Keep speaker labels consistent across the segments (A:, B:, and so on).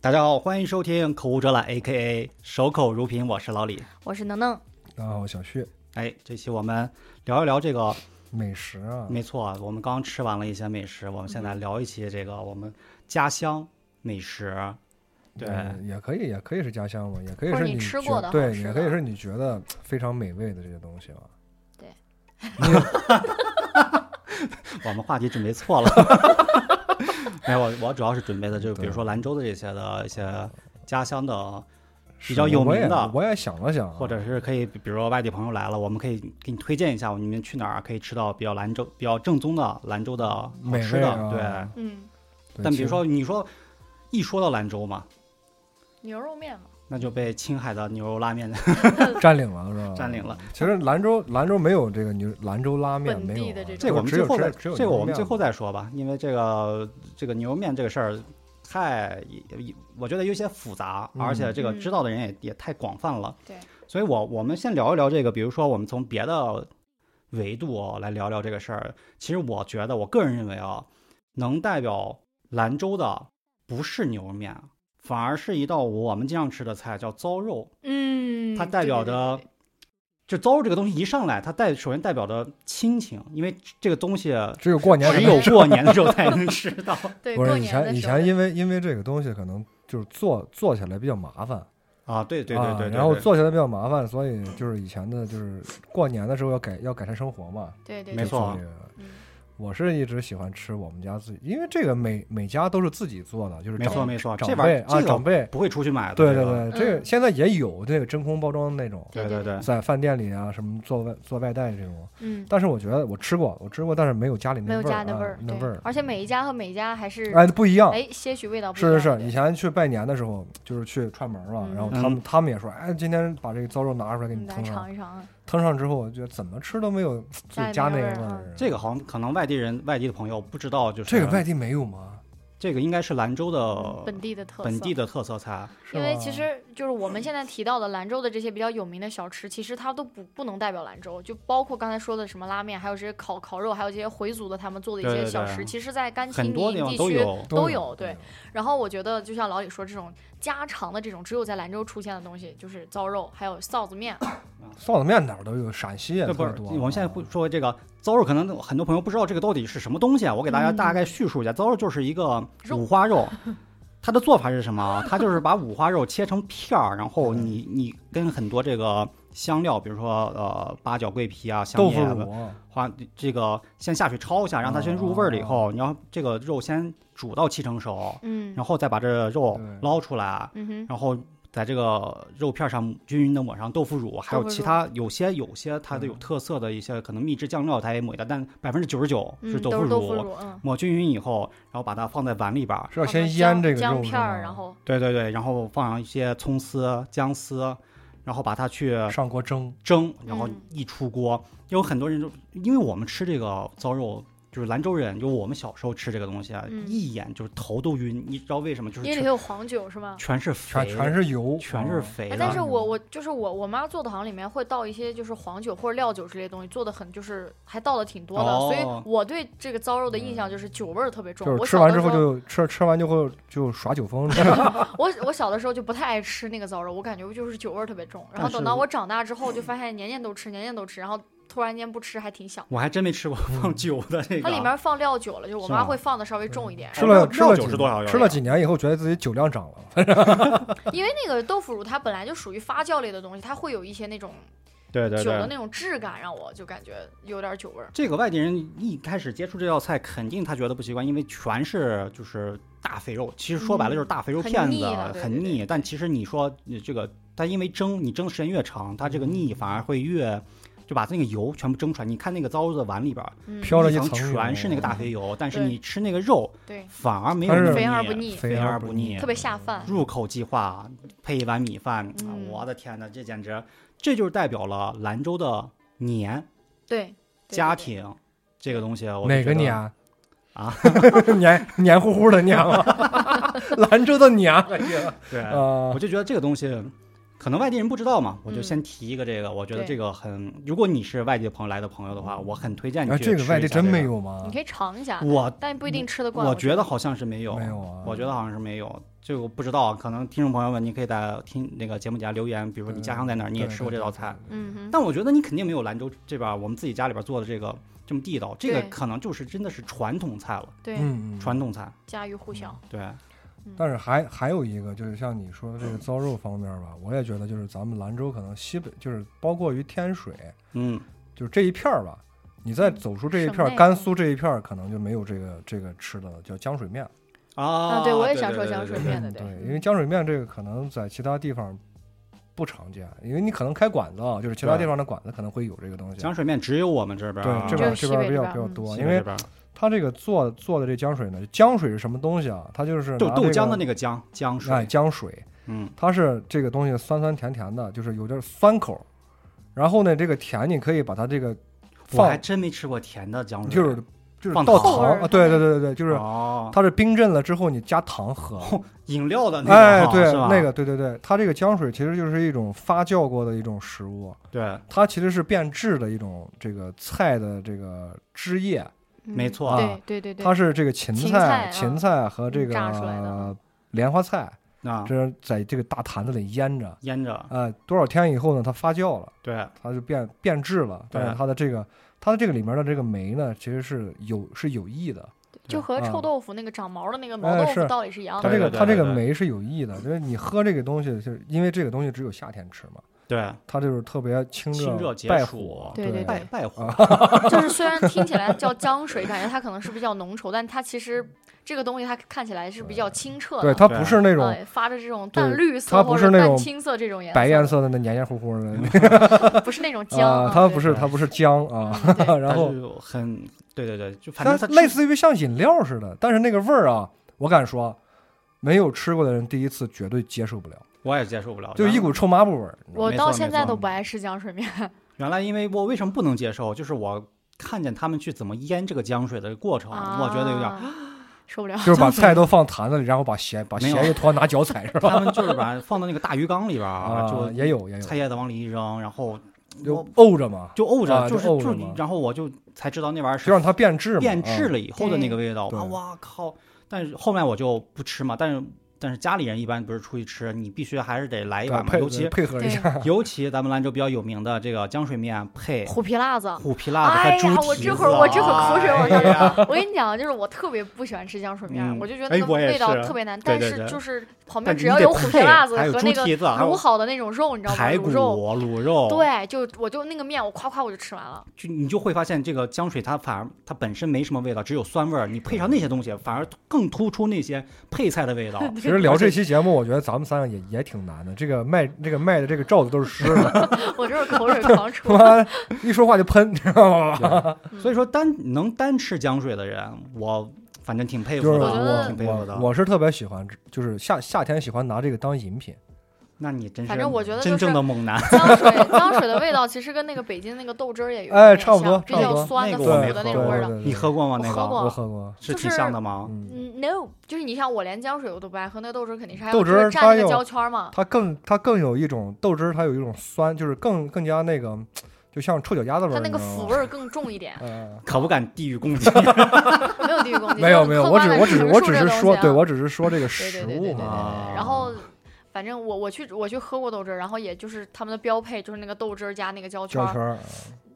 A: 大家好，欢迎收听《口无遮拦》A.K.A. 守口如瓶，我是老李。
B: 我是能能，
C: 大家好，小旭，
A: 哎，这期我们聊一聊这个，
C: 美食啊，
A: 没错，我们刚吃完了一些美食，我们现在聊一期这个我们家乡美食。对
C: 嗯也可以，也可以是家乡嘛，也可以
B: 或者
C: 是
B: 你
C: 觉
B: 吃过的好
C: 对，
B: 吃
C: 也
B: 的
C: 可以是你觉得非常美味的这些东西啊吧。
B: 对
C: 你也，
A: 我们话题准备错了， 没有，我我主要是准备的就比如说兰州的这些的一些家乡
C: 啊
A: 的，比较
C: 是
A: 有
C: 我
A: 名
C: 也
A: 的
C: 我也想了想啊，
A: 或者是可以，比如说外地朋友来了，我们可以给你推荐一下，你们去哪儿可以吃到比较兰州、比较正宗的兰州的好
C: 美
A: 吃
C: 味
A: 的。
C: 啊
A: 对，
B: 嗯，
C: 对
A: 但
C: 其
A: 比如
C: 实
A: 说你说一说到兰州嘛，
B: 牛肉面嘛，
A: 那就被青海的牛肉拉面
C: 占领了是吧？
A: 占领了。
C: 其实兰州兰州没有这个牛兰州拉面，
B: 本
C: 没
B: 地
C: 有
B: 的
C: 啊
B: 这种
A: 这个我们最
C: 只有
A: 后
C: 只
A: 再
C: 有只有
A: 这个
C: 牛
A: 我们
C: 面
A: 最后
C: 嘛
A: 再说吧，因为这个这个牛肉面这个事儿太，我觉得有些复杂，
C: 嗯
A: 而且这个
B: 嗯
A: 知道的人也也太广泛了。
B: 对，
A: 所以我我们先聊一聊这个，比如说我们从别的维度哦来聊聊这个事儿。其实我觉得，我个人认为啊，能代表兰州的不是牛肉面，反而是一道我们经常吃的菜，叫糟肉。
B: 嗯，
A: 它代表的
B: 对，
A: 就糟肉这个东西一上来，它代首先代表着亲情，因为这个东西啊
C: 只有过年
A: 只
C: 才
A: 有过年的时候才能吃到。
B: 对对对对
C: 不
B: 过
C: 是以
B: 年的时候
C: 前以前因为因为这个东西可能就是做做起来比较麻烦，
A: 啊，对对对对
C: 啊，
A: 对，
C: 然后
A: 对
C: 做起来比较麻烦，所以就是以前的就是过年的时候要改要改善生活嘛，
B: 对对
A: 没
C: 就
A: 错啊
C: 做这个
B: 嗯
C: 我是一直喜欢吃我们家自己，因为这个每每家都是自己做的，就是
A: 没
C: 长
A: 错没错，这
C: 长
A: 玩
C: 辈
A: 意儿
C: 啊
A: 这个
C: 长辈，
A: 不会出去买的，
C: 对
A: 这
C: 对
A: 个
C: 对，
B: 嗯
C: 这个现在也有这个真空包装的那种，
A: 对
B: 对
A: 对，
C: 在饭店里啊什么做外做外带这种，
B: 嗯，
C: 但是我觉得我吃过，我吃过，但是没有家里
B: 没
C: 那
B: 有
C: 味儿
B: 家的
C: 啊
B: 味儿，
C: 那味
B: 对
C: 儿，
B: 而且每一家和每一家还是
C: 哎不一样。
B: 哎些许味道不一
C: 是
B: 样，
C: 是是，
B: 对
C: 以前去拜年的时候，就是去串门嘛，
B: 嗯
C: 然后他们他们也说，哎，今天把这个糟肉拿出来给
B: 嗯
C: 你
B: 来
C: 腾上，
B: 尝一尝啊，
C: 腾上之后，我觉得怎么吃都没有自己家
B: 家里
C: 那
B: 那
C: 个
B: 个
C: 味
B: 味儿
C: 儿。啊
A: 这个好像可能外地人、外地的朋友不知道，就是
C: 这个外地没有吗？
A: 这个应该是兰州的
B: 本地的特色，
A: 呃本地的特色菜，
C: 是
B: 因为
C: 吗
B: 其实就是我们现在提到的兰州的这些比较有名的小吃，其实它都不不能代表兰州，就包括刚才说的什么拉面，还有这些烤烤肉，还有这些回族的他们做的一
A: 对
B: 些
A: 对
B: 小
A: 对啊
B: 吃，其实，在甘
A: 很
B: 青
A: 多
B: 宁
A: 地
B: 地
A: 方
B: 区
A: 都有。
B: 都
C: 有嗯
B: 有对。然后我觉得，就像老李说，这种家常的这种只有在兰州出现的东西，就是糟肉，还有臊子面。
C: 臊子面哪儿都有，陕西也
A: 对，不
C: 特
A: 是
C: 别，多。啊
A: 我们现在不说这个糟肉，可能很多朋友不知道这个到底是什么东西啊。我给大家
B: 嗯
A: 大概叙述一下，糟肉就是一个
B: 肉
A: 五花 肉，它的做法是什么啊？它就是把五花肉切成片儿，然后你
C: 嗯
A: 你跟很多这个香料，比如说呃八角、桂皮啊、香
C: 豆腐
A: 叶啊、
C: 乳啊，
A: 花这个先下水焯一下，让它先入味儿了以
C: 哦
A: 后，你要这个肉先煮到七成熟，
B: 嗯
A: 然后再把这肉
C: 对
A: 捞出来，
B: 嗯哼，
A: 然后在这个肉片上均匀的抹上豆腐乳，还有
B: 豆腐乳
A: 其他有些有些它的
C: 嗯
A: 有特色的一些可能秘制酱料，它也抹一点，但百分之九十九是
B: 嗯，
A: 豆
B: 都
A: 腐
B: 是
A: 乳。
B: 豆腐乳，嗯，
A: 抹均匀以后，然后把它放在碗里边儿。
C: 是要
B: 然后
C: 先腌
B: 姜
C: 这个
B: 姜
C: 肉
B: 片儿，
C: 是吗
B: 然后
A: 对对对，然后放上一些葱丝、姜丝，然后把它去
C: 上锅蒸。
A: 蒸，然后
B: 嗯
A: 一出锅，有很多人就因为我们吃这个糟肉。就是兰州人，就我们小时候吃这个东西啊，
B: 嗯
A: 一眼就是头都晕。你知道为什么？就是
B: 因为里
A: 全
B: 头有黄酒是吗？
A: 全是
C: 全
A: 肥的，
C: 全是油，
A: 全是
C: 啊
A: 肥
B: 哎
A: 的。，
B: 但是我我就是我我妈做的，好像里面会倒一些就是黄酒或者料酒之类的东西，做的很就是还倒的挺多的，所
A: 哦
B: 以我对这个糟肉的印象就是酒味儿特别重。
C: 就是
B: 我
C: 吃
B: 小
C: 完
B: 的
C: 之
B: 时
C: 后
B: 候，
C: 就吃吃完就会就耍酒 疯，
B: 我我小的时候就不太爱吃那个糟肉，我感觉就是酒味儿特别重。然后
A: 但
B: 等
A: 是
B: 到我长大之后，就发现年年都吃，年年都吃，然后突然间不吃还挺想。
A: 我还真没吃过
C: 嗯
A: 放酒的这个。
B: 它里面放料酒了，就是我
A: 是
B: 妈
A: 吗嗯
B: 会放的稍微重一点，
C: 吃
A: 料
C: 了吃
A: 料
C: 了
A: 酒
C: 几
A: 是多少要
C: 吃
A: 要
C: 了几年以后，觉得自己酒量涨了，
B: 因为那个豆腐乳它本来就属于发酵类的东西，它会有一些那种
A: 对对
B: 酒的
A: 对，
B: 那种质感，让我就感觉有点酒味儿。
A: 这个外地人一开始接触这道菜，肯定他觉得不习惯，因为全是就是大肥肉。其实说白了就是大肥肉片子，啊
B: 嗯很腻的对
A: 很
B: 对
A: 腻。但其实你说呃这个，它因为蒸，你蒸时间越长，它这个腻反而会越。就把那个油全部蒸出来，你看那个糟的碗里边，
B: 嗯，
C: 飘了一
A: 层
C: 层油嗯
A: 全是那个大肥油，但是
B: 对
A: 你吃那个肉
B: 对，
A: 反而没有
C: 它是
A: 那么
B: 肥而
A: 腻，
B: 不
A: 啊嗯
B: 腻，
A: 肥而
C: 而
A: 不腻
C: 腻，
B: 特别下饭。
A: 入口即化，配一碗米饭，啊
B: 嗯
A: 我的天哪，这简直，这就是代表了兰州的年
B: 对，对
A: 家。
B: 对对
A: 庭这个东西。我就
C: 哪
A: 觉
C: 个
A: 得
C: 年？
A: 啊？
C: 黏黏糊糊的娘啊，兰州的娘
A: 哎
C: 啊，
A: 对，
C: 呃
A: 我就觉得这个东西，可能外地人不知道嘛，我就
B: 嗯
A: 先提一个这个。我觉得
B: 对
A: 这个很，如果你是外地朋友来的朋友的话，我很推荐你
C: 啊，
A: 去
C: 这
A: 吃
C: 个
A: 一
C: 外地
A: 下
C: 真
A: 这
C: 没
A: 个。
C: 有吗？
B: 你可以尝一下，
A: 我
B: 但不一定吃得惯。
A: 我觉得好像是没有，
C: 没有啊，
A: 我觉得好像是没有。这个我不知道，可能听众朋友们，你可以在听那个节目底下留言，比如说你家乡在哪儿，你也吃过这道菜。
B: 嗯哼，
A: 但我觉得你肯定没有兰州这边儿我们自己家里边儿做的这个这么地道，这个
B: 对
A: 可能就是真的是传统菜了，
B: 对，
C: 嗯，嗯，
A: 传统菜。
B: 家喻户晓。
A: 对，
B: 嗯
C: 但是还还有一个就是像你说的这个糟肉方面吧，我也觉得就是咱们兰州可能西北就是包括于天水，
A: 嗯，
C: 就是这一片儿吧。你再走出这一
B: 嗯
C: 片
B: 省
C: 儿，
B: 内
C: 甘肃这一片儿可能就没有这个这个吃的了，叫浆水面。
A: 啊，
B: 对我也想
A: 对
B: 说
A: 对
B: 江
A: 对
B: 水
A: 对
B: 面的
C: 对
B: 对，嗯
C: 因为浆水面这个可能在其他地方不常见，因为你可能开馆子啊，就是其他
A: 对
C: 地方的馆子可能会有这个东西。
A: 江水面只有我们这边儿啊，
C: 对，这
B: 边儿
C: 边儿
B: 只有西
C: 这边儿
B: 北这
C: 比较
B: 边儿
C: 比较
B: 嗯
C: 多，
A: 西
C: 因
A: 北
C: 为
A: 这边儿
C: 它这个做做的这浆水呢，浆水是什么东西啊？它就是
A: 就
C: 拿
A: 豆
C: 这
A: 浆的
C: 个
A: 那个浆江
C: 哎
A: 水，
C: 浆水，
A: 嗯，
C: 它是这个东西酸酸甜甜的，就是有点酸口儿。然后呢，这个甜你可以把它这个
A: 我还
C: 放，
A: 真没吃过甜的江水，
C: 就是就是
A: 放
C: 倒
A: 糖
B: 后味儿
C: 啊，对对对对对，就是
A: 哦，
C: 它是冰镇了之后你加糖喝。
A: 饮料的那
C: 哎，
A: 哈
C: 对，
A: 是吧？
C: 那个对对对，它这个浆水其实就是一种发酵过的一种食物，
A: 对，
C: 它其实是变质的一种这个菜的这个汁液，
B: 嗯
A: 没错
C: 啊
B: 对对对
C: 它
B: 对，
C: 是这个芹
B: 芹菜
C: 菜、
B: 啊
C: 芹菜和这
B: 炸出来的啊
C: 个莲花菜，
A: 啊，
C: 这是在这个大坛子里腌着，
A: 腌着，
C: 呃，多少天以后呢，它发酵了。
A: 对，
C: 它就变变质了，
A: 对
C: 但是它的这个它的这个里面的这个酶呢，其实是有是有益的，
B: 就和
A: 嗯
C: 啊
B: 臭豆腐那个长毛的那个毛
C: 哎
B: 豆腐
C: 是
B: 道理是一样
C: 它
B: 的。
C: 这
A: 对
C: 个
A: 对
C: 它这
A: 对
C: 个
A: 对
C: 酶是有益的，就是你喝这个东西，就是因为这个东西只有夏天吃嘛，
A: 对，
C: 它就是特别清
A: 清热解
C: 败
A: 暑
C: 火，啊
B: 对对
A: 败败火，
B: 就是虽然听起来叫 江水，感觉它可能是比较浓稠，但它其实这个东西它看起来是比较清澈的。
C: 对，它
A: 对
C: 不是那种
B: 哎发着这种淡
C: 对
B: 绿色
C: 它不
B: 或
C: 是
B: 者
C: 那
B: 淡
C: 种
B: 青色这种颜色，
C: 白颜色的那黏黏糊糊的那
B: 不是 那种
C: 个
B: 姜
C: 啊，它不
B: 是
C: 是
A: 对
C: 它不是姜
B: 嗯
C: 啊， 然后
A: 它就很，对对对，就反
C: 它
A: 正它吃
C: 类似于像饮料似的，但是那个味儿啊，我敢说。没有吃过的人第一次绝对接受不了，
A: 我也接受不了，
C: 就
A: 然
C: 一
A: 后
C: 股臭抹布味儿。
B: 我
A: 没
B: 到
A: 错
B: 现
A: 没
B: 在
A: 错
B: 都不爱吃浆水面，
A: 原来因为我为什么不能接受，就是我看见他们去怎么腌这个浆水的过程， 我觉得有点
B: 啊受 不了。
C: 就是把菜都放坛子里，然后把鞋把
A: 没有
C: 鞋一脱拿脚踩是吧？
A: 他们就是把放到那个大鱼缸里边儿，
C: 啊，
A: 就
C: 也有也有，
A: 菜叶子往里一扔，然后
C: 就
A: 我
C: 沤着嘛，
A: 就沤着，
C: 啊
A: 就是
C: 就沤着
A: 就
C: 嘛
A: 然后我就才知道那玩意儿
C: 就是让它变质嘛，
A: 变质
C: 啊。
A: 了以后的那个味道。
C: 对
A: 啊，哇靠！但是后面我就不吃嘛，但是但是家里人一般不是出去吃，你必须还是得来一
C: 啊对
A: 碗嘛，
C: 配
A: 尤其
C: 配合一下，
A: 尤其咱们兰州比较有名的这个浆水面配
B: 虎皮 辣子，
A: 虎皮辣子和
B: 哎呀
A: 猪蹄子。
B: 我这会儿我这会儿口水往这儿
A: 哎呀
B: 我跟你讲，就是我特别不喜欢吃浆水面，
A: 嗯
B: 我就觉得那
A: 哎
B: 个
A: 我也
B: 味道
A: 是
B: 特别难。
A: 对对
B: 但
A: 对
B: 是就是旁边
A: 但是
B: 只
A: 你
B: 要
A: 得
B: 有虎皮
A: 配
B: 辣子
A: 还有
B: 和
A: 猪
B: 那个
A: 蹄子啊还有
B: 卤好的那种肉，你知道吗？
A: 排
B: 卤
A: 骨、
B: 肉，
A: 卤肉，，
B: 对，就我就那个面，我夸夸我就吃完了。
A: 就你就会发现这个浆水它反而它本身没什么味道，只有酸味儿，你配上那些东西，反而更突出那些配菜的味 道。
C: 其实聊这期节目，我觉得咱们三个也也挺难的。这个卖这个卖的这个罩子都是湿的，
B: 我这会儿口水狂
C: 他
B: 出。
C: 妈一说话就喷，你知道吗？
A: 所以说单能单吃浆水的人，我反正挺 佩
C: 就是
A: 服
B: 我觉
A: 的，
B: 得
A: 挺佩服的
C: 我。我是特别喜欢，就是夏夏天喜欢拿这个当饮品。
A: 那你真是，
B: 反正我觉得就
A: 真正
B: 是
A: 的猛男，
B: 江水，江水的味道其实跟那个北京那个豆汁儿也有
C: 哎
B: 点
C: 差不多
B: 像，比
C: 差不
B: 较
C: 多
B: 酸
A: 那
B: 的、苦
A: 个我没
B: 苦的
A: 喝
B: 那种
A: 过啊
B: 味儿
C: 对
B: 的。
C: 对对
A: 你喝啊过吗？那
B: 我喝
A: 个
B: 过
C: 我喝过，
A: 是
B: 就
A: 挺
B: 是
A: 像的吗？
C: 嗯，
B: 嗯，no，就是你像我连浆水我都不爱喝，那个豆汁儿肯定是还
C: 豆
B: 有
C: 汁儿
B: 蘸
C: 它
B: 那
C: 有
B: 个胶圈儿嘛。
C: 它更它更有一种豆汁儿，它有一种酸，就是更更加那个，就像臭脚丫子味儿，
B: 它那个
C: 你知道
B: 腐
C: 吗，
B: 味儿更重一点
C: 嗯。
A: 可不敢地域攻 击
B: 没有地域 攻击。
C: 没有
B: 就是
C: 没有，
B: 客
C: 我
B: 观
C: 只
B: 地
C: 我只
B: 陈
C: 是
B: 述这东
C: 我只是
B: 西
C: 说，
B: 啊
C: 对我只是说这个
B: 对对
C: 食
B: 对对
C: 物
B: 对对
C: 嘛。
A: 啊
B: 然后，反正我我去我去喝过豆汁儿，然后也就是他们的标配就是那个豆汁儿加那个胶圈
C: 胶
B: 儿
C: 圈，儿，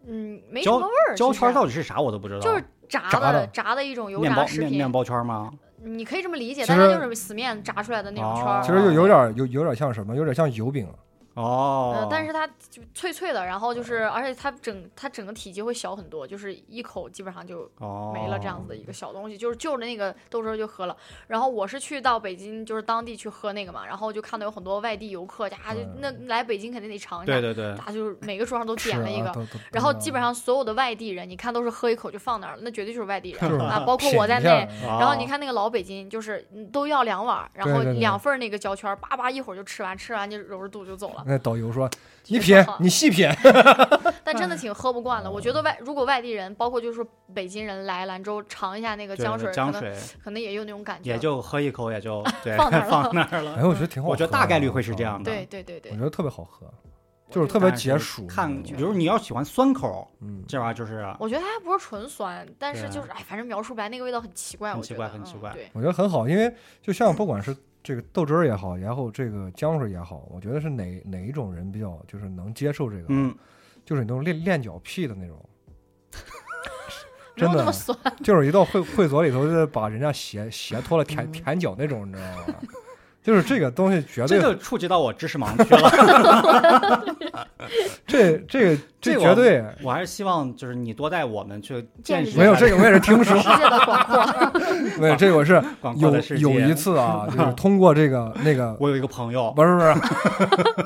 B: 嗯，没什
A: 胶
B: 么味儿。
A: 胶
B: 其实
A: 圈到底是啥我都不知道，
B: 就是炸
C: 炸
B: 的
C: 的
B: 炸的一种油
A: 面包
B: 炸食
A: 面
B: 品嗯
A: 面，包圈吗？
B: 你可以这么理解，
C: 其
B: 但它
C: 实
B: 就是死面炸出来的那种圈
A: 哦
B: 儿。嗯
C: 其实就有点儿有有点像什么，有点像油饼，
A: 哦
B: 呃，，但是它就脆脆的，然后就是，而且它整它整个体积会小很多，就是一口基本上就
A: 哦
B: 没了这样子的一个小东西，就是就着那个豆汁儿就喝了。然后我是去到北京，就是当地去喝那个嘛，然后就看到有很多外地游客，呀，就
C: 嗯
B: 那来北京肯定得尝一下，
A: 对对对，
B: 大家就是每个桌上都
C: 吃
B: 点了一
C: 啊
B: 个。
C: 都都
B: 然后基本上所有的外地人，你看都是喝一口就放那儿了，那绝对就是外地
C: 就是
B: 人啊，包括我在
C: 品一下啊哦
B: 内。然
A: 哦
B: 后你看那个老北京，就是嗯都要两碗儿，然
C: 对
B: 后
C: 对对
B: 两份儿那个胶圈儿，叭叭一会儿就吃完，吃完就揉着肚就 走了。
C: 那导游说：“
B: 就
C: 你
B: 是
C: 品
B: 好，
C: 你细品。
B: 但真的挺喝不惯的。我觉得外如果外地人，包括就是说北京人来兰州尝一下那个
A: 对
B: 江呃水，
A: 江
B: 可能
A: 水
B: 可能也有那种感觉。
A: 也就喝一口，也 就对
B: 放那儿了
A: 放那儿”了。
C: 哎，我觉得挺好
A: 我
C: 喝的。
A: 觉得大概率会是这样的。
B: 对对对对
C: 我，觉得特别好喝，
B: 我
C: 就是
B: 觉
C: 特
B: 得
C: 别
A: 但是
C: 解暑。
A: 看，比
B: 觉
A: 如你要喜欢酸口，
C: 嗯，
A: 这玩意儿就是
B: 我觉得它还不是纯酸，但
A: 对
B: 是
A: 啊
B: 就是哎，反正描述不来那个味道很奇怪，
A: 很
B: 我
A: 奇
B: 觉
A: 怪
B: 得
A: 很奇
B: 嗯
A: 怪
B: 对，
C: 我觉得很好，因为就像不管是这个豆汁儿也好，然后这个浆水也好，我觉得是哪哪一种人比较就是能接受这个？
A: 嗯，
C: 就是那种练练脚屁的 那种，
B: 没
C: 真
B: 有那么
C: 的
B: 酸，
C: 就是一到会会所里头就把人家鞋鞋脱了舔舔脚那种，你知道吗？就是这个东西绝
A: 这
C: 对
A: 就触及到我知识盲区了。
C: 这这个
A: 这个
C: 绝对
A: 我还是希望就是你多带我们去见
B: 见识
A: 识
B: 见识
C: 没有这
A: 个
C: 个，我也是听
B: 世
C: 说，
B: 界的广阔。
C: 没有这个我是
A: 广阔
C: 有
A: 的世界。
C: 有一，次啊，就是通过这个那个，
A: 我有一个朋友，
C: 不是不是，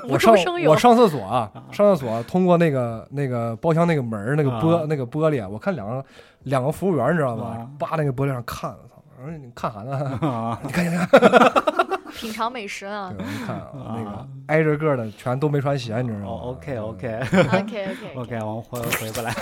C: 我
B: 无
C: 上
B: 中生有
C: 我上厕所啊
A: 啊，
C: 上厕所啊通过那个那个包厢那个门儿那个
A: 啊
C: 玻那个玻璃，我看两个两个服务员你知道吧
A: 啊，
C: 扒那个玻璃上看，我操，我说你看啥 呢？
A: 啊
C: 你看你看。
B: 品尝美食啊
C: 对，我一看那
A: 啊
C: 个挨着个儿的全都没穿鞋，你知道吗、
A: 哦，OK OK
B: ，OK OK
A: OK，我们回回过来。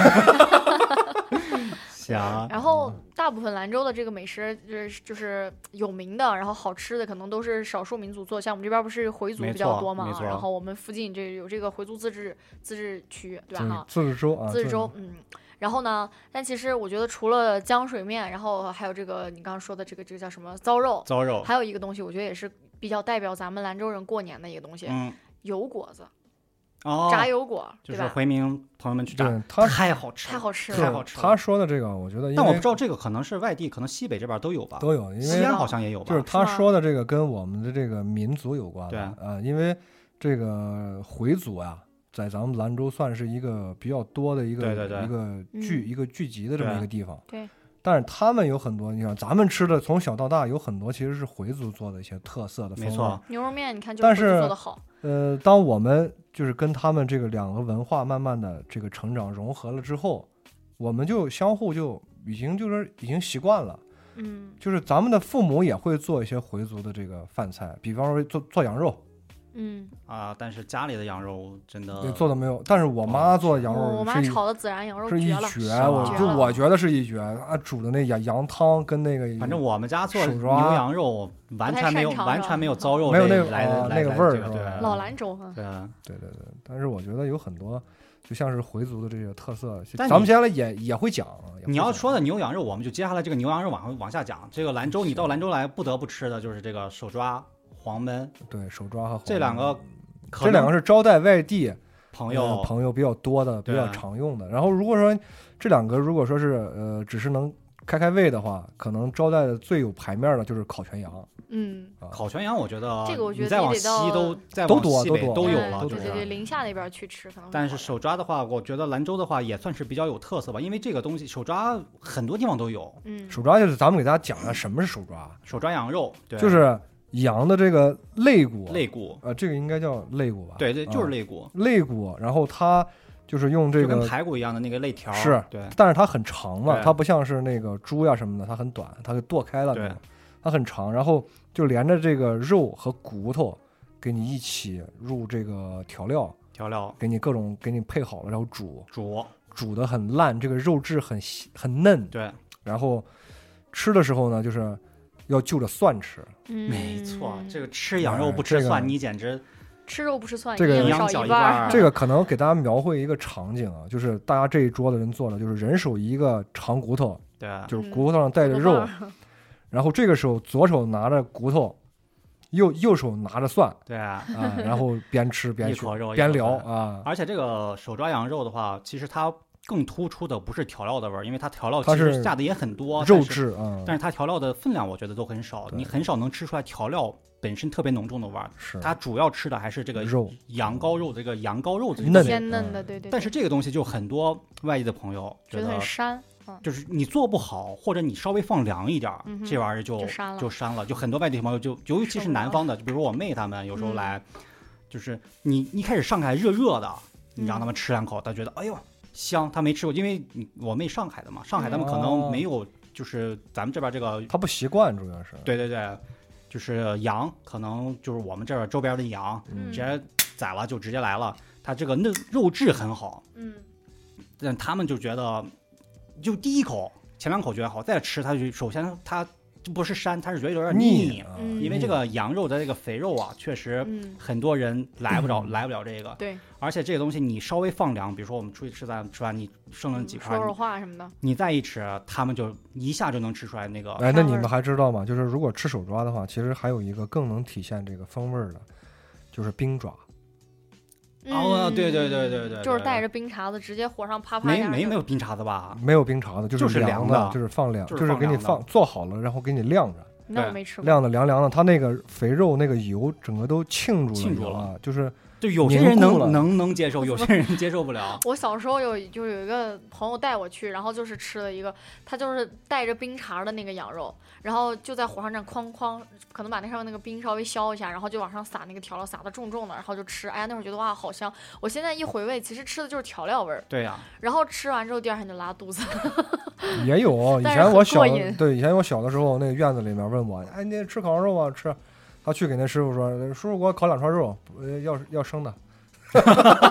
A: 行，
B: 然后大部分兰州的这个美食就是就是有名的，然后好吃的可能都是少数民族做，像我们这边不是回族
A: 没
B: 比较
A: 错
B: 多
A: 没
B: 嘛，
A: 错
B: 然后我们附近这有这个回族自治自治区，对吧？
C: 就是
B: 哈，
C: 自治州啊，
B: 自治州，嗯。然后呢？但其实我觉得，除了浆水面，然后还有这个你刚刚说的这个这个叫什么糟肉，
A: 糟肉，
B: 还有一个东西，我觉得也是比较代表咱们兰州人过年的一个东西，
A: 嗯，
B: 油果子，
A: 哦，
B: 炸油果，
A: 就
B: 对
A: 是
B: 吧？
A: 回民朋友们去
C: 对
A: 炸，
C: 他
A: 太好吃，
B: 太好吃
C: 就
A: 太
C: 是
B: 了，
A: 好吃了
C: 他说的这个，我觉得因
A: 但我不
C: 为
A: 知道这个可能是外地，可能西北这边都有吧，
C: 都有，因
A: 西
C: 为
A: 安好像也有吧，
C: 就是他
B: 是吗
C: 说的这个跟我们的这个民族有关的啊，因为这个回族啊，在咱们兰州算是一个比较多的一个
A: 对对对
C: 一个聚、
B: 嗯
C: 一个聚集的这么
A: 对
C: 一个地方。
B: 对
C: 但是他们有很多，你看咱们吃的从小到大有很多其实是回族做的一些特色的风
A: 没
C: 味，
A: 错，
B: 牛肉面，你看就
C: 但
B: 回族做
C: 是
B: 的好，
C: 呃，当我们就是跟他们这个两个文化慢慢的这个成长融合了之后，我们就相互就已经就是已经习惯了，
B: 嗯
C: 就是咱们的父母也会做一些回族的这个饭菜，比方说做做羊肉，
B: 嗯。
A: 啊，但是家里的羊肉真的
C: 对，做的没有，但是我
A: 哦
C: 妈做的羊
B: 我我
C: 肉
B: 妈
C: 是一。
B: 炒的孜然羊肉
C: 是一
B: 绝了，
C: 绝，
A: 是啊
C: 我
A: 吧
C: 就
B: 绝了
C: 我觉得是一绝啊！煮的那羊羊汤跟那个，
A: 反正我们家做
C: 手
A: 牛
C: 抓
A: 羊肉完全没有
B: 不太擅长
A: 完
B: 是吧
A: 全没有糟肉
C: 没有
A: 这
C: 那个
A: 来的
C: 啊
A: 来
C: 那个
A: 来
C: 味儿
A: 这个
C: 是
A: 对
C: 吧
B: 老兰州啊，
A: 对啊，
C: 对对对，但是我觉得有很多，就像是回族的这些特色，
A: 但
C: 咱们
A: 你
C: 接下来也也会讲。也
A: 你
C: 会
A: 要
C: 讲
A: 说的牛羊肉，我们就接下来这个牛羊肉往往下讲。这个兰州，你到兰州来不得不吃的就是这个手抓黄焖，
C: 对手抓和啊
A: 这
C: 黄
A: 两
C: 焖
A: 个可
C: 哦这两个
A: 能
C: 是招待外地
A: 朋
C: 呃
A: 友
C: 朋友比较多的、比
A: 对啊
C: 较常用的。然后如果说这两个如果说是呃只是能开开胃的话，可能招待的最有牌面的就是烤全羊。
B: 嗯，
A: 烤全羊，我觉得
B: 这个我觉得
A: 你再
B: 也
A: 往
B: 得
A: 西
B: 到
A: 都再
C: 都
A: 往
C: 多
A: 西
C: 都
A: 北
C: 多
A: 都有
B: 哎
A: 了，
C: 都
A: 就
B: 对
A: 是
B: 对
C: 有
B: 对，
C: 了
B: 宁夏那边去吃嗯可能会好点。
A: 但是手抓的话，我觉得兰州的话也算是比较有特色吧，因为这个东西手抓很多地方都有，
B: 嗯，
C: 手抓就是咱们给大家讲一下什么是手抓，
A: 手抓羊肉，对，
C: 就是羊的这个肋骨，
A: 肋骨，
C: 呃，这个应该叫肋骨吧？
A: 对对，就是
C: 肋
A: 肋骨，
C: 肋骨。然后它就是用嗯这
A: 就跟
C: 个，
A: 排骨一样的那个肋条，
C: 是
A: 对，
C: 但是它很长嘛，
A: 对
C: 它不像是那个猪呀、什么的，它很短，它给剁开了那
A: 对
C: 种，它很长，然后就连着这个肉和骨头给你一起入这个调料。
A: 调料
C: 给你各种给你配好了，然后煮，
A: 煮，
C: 煮的很烂，这个肉质很细很嫩。
A: 对，
C: 然后吃的时候呢，就是要就着蒜吃，
B: 嗯
A: 没错，这个吃
C: 哎
A: 羊肉不
C: 这
A: 吃
C: 个
A: 蒜，你简直
B: 吃肉不吃蒜，
C: 这个
B: 一
A: 一
B: 人
A: 样
B: 少
A: 搅
B: 一
A: 半
B: 儿。
A: 儿，
C: 这个可能给大家描绘一个场景啊，就是大家这一桌的人坐着，就是人手一个长骨头，
A: 对，啊
C: 就是
B: 嗯
C: 骨头上带着
B: 豆
C: 肉，
B: 瓣儿
C: 然后这个时候左手拿着骨头，右右手拿着蒜
A: 对啊。
C: 啊，然后边吃边
A: 一
C: 学
A: 口肉一
C: 边
A: 口
C: 聊
A: 蒜
C: 啊，
A: 而且这个手抓羊肉的话，其实它更突出的不是调料的味儿，因为它调料
C: 它
A: 其实
C: 是
A: 下的也很多，
C: 肉
A: 但是
C: 质啊，
A: 但是它调料的分量我觉得都很少，
C: 对
A: 你很少能吃出来调料本身特别浓重的味儿。
C: 是
A: 它主要吃的还是这个
C: 嗯肉
A: 羊羔肉，这个羊羔肉这个
C: 嫩
A: 东西
B: 鲜嫩的，对对。
A: 但是
B: 对
A: 这个东西就很多外地的朋友觉
B: 觉得
A: 得
B: 很，膻，嗯，
A: 就是你做不好，或者你稍微放凉一点儿
B: 嗯，哼
A: 这玩意儿就
B: 就膻了
A: 就膻了。就很多外地朋友就，尤其
B: 受
A: 是
B: 不了
A: 南方的，就比如我妹他们有时候
B: 嗯
A: 来，就是你一开始上来热热的，你让
B: 嗯
A: 他们吃两口，他觉得哎呦香，他没吃过，因为你我妹上海的嘛，上海他们可
C: 哦
A: 能没有就是咱们这边这个
C: 他不习惯，主要是
A: 对对对，就是羊，可能就是我们这儿周边的羊，
C: 嗯
A: 直接宰了就直接来了。它这个嫩肉质很好，
B: 嗯，
A: 但他们就觉得，就第一口、前两口觉得好，再吃它就首先它不是膻，他是觉得有点
C: 腻
A: 腻，
C: 啊，
B: 嗯
A: 因为这个羊肉的这个肥肉啊，确实
B: 嗯，
A: 很多人来不着，来不了这个。
B: 对，
A: 而且这个东西你稍微放凉，比如说我们出去吃饭吃完，你剩了几块
B: 嗯说，说话什么的，
A: 你你再一吃，他们就一下就能吃出来那个。
C: 哎，那
B: 膻
C: 你
B: 味儿
C: 们还知道吗？就是如果吃手抓的话，其实还有一个更能体现这个风味儿的，就是冰爪。
A: 哦
B: 嗯
A: 对对对对对
B: 就是
A: 对
B: 带着冰碴子直接火上啪啪
A: 没
B: 一下
A: 没
B: 就
A: 没有冰碴子吧？
C: 没有冰碴的，就
A: 就是
C: 是凉
A: 凉的
C: 就是放凉，
A: 就是
C: 就是
A: 放
C: 给你
A: 凉的
C: 放做好了，然后给你晾着，
B: 那我
A: 对
B: 没吃过，
C: 晾的凉凉的，它那个肥肉那个油整个都沁住了，
A: 沁住
C: 你知道
A: 了
C: 吧，就是
A: 对，有些人
C: 凝固了
A: 能能能接受，有些人接受不了。
B: 我小时候有就是有一个朋友带我去，然后就是吃了一个，他就是带着冰碴儿的那个羊肉，然后就在火上这样哐哐，可能把那上面那个冰稍微消一下，然后就往上撒那个调料，撒的重重的，然后就吃。哎呀，那会儿觉得哇好香！我现在一回味，其实吃的就是调料味儿，
A: 对啊呀、
B: 然后吃完之后第二天就拉肚子。
C: 也有。以
B: 但是
C: 前我
B: 很
C: 小
B: 过瘾
C: 对以前我小的时候，那个院子里面问我，哎，你吃烤肉吗？吃。他去给那师傅说，叔叔给我烤两串肉，呃，要要 生的。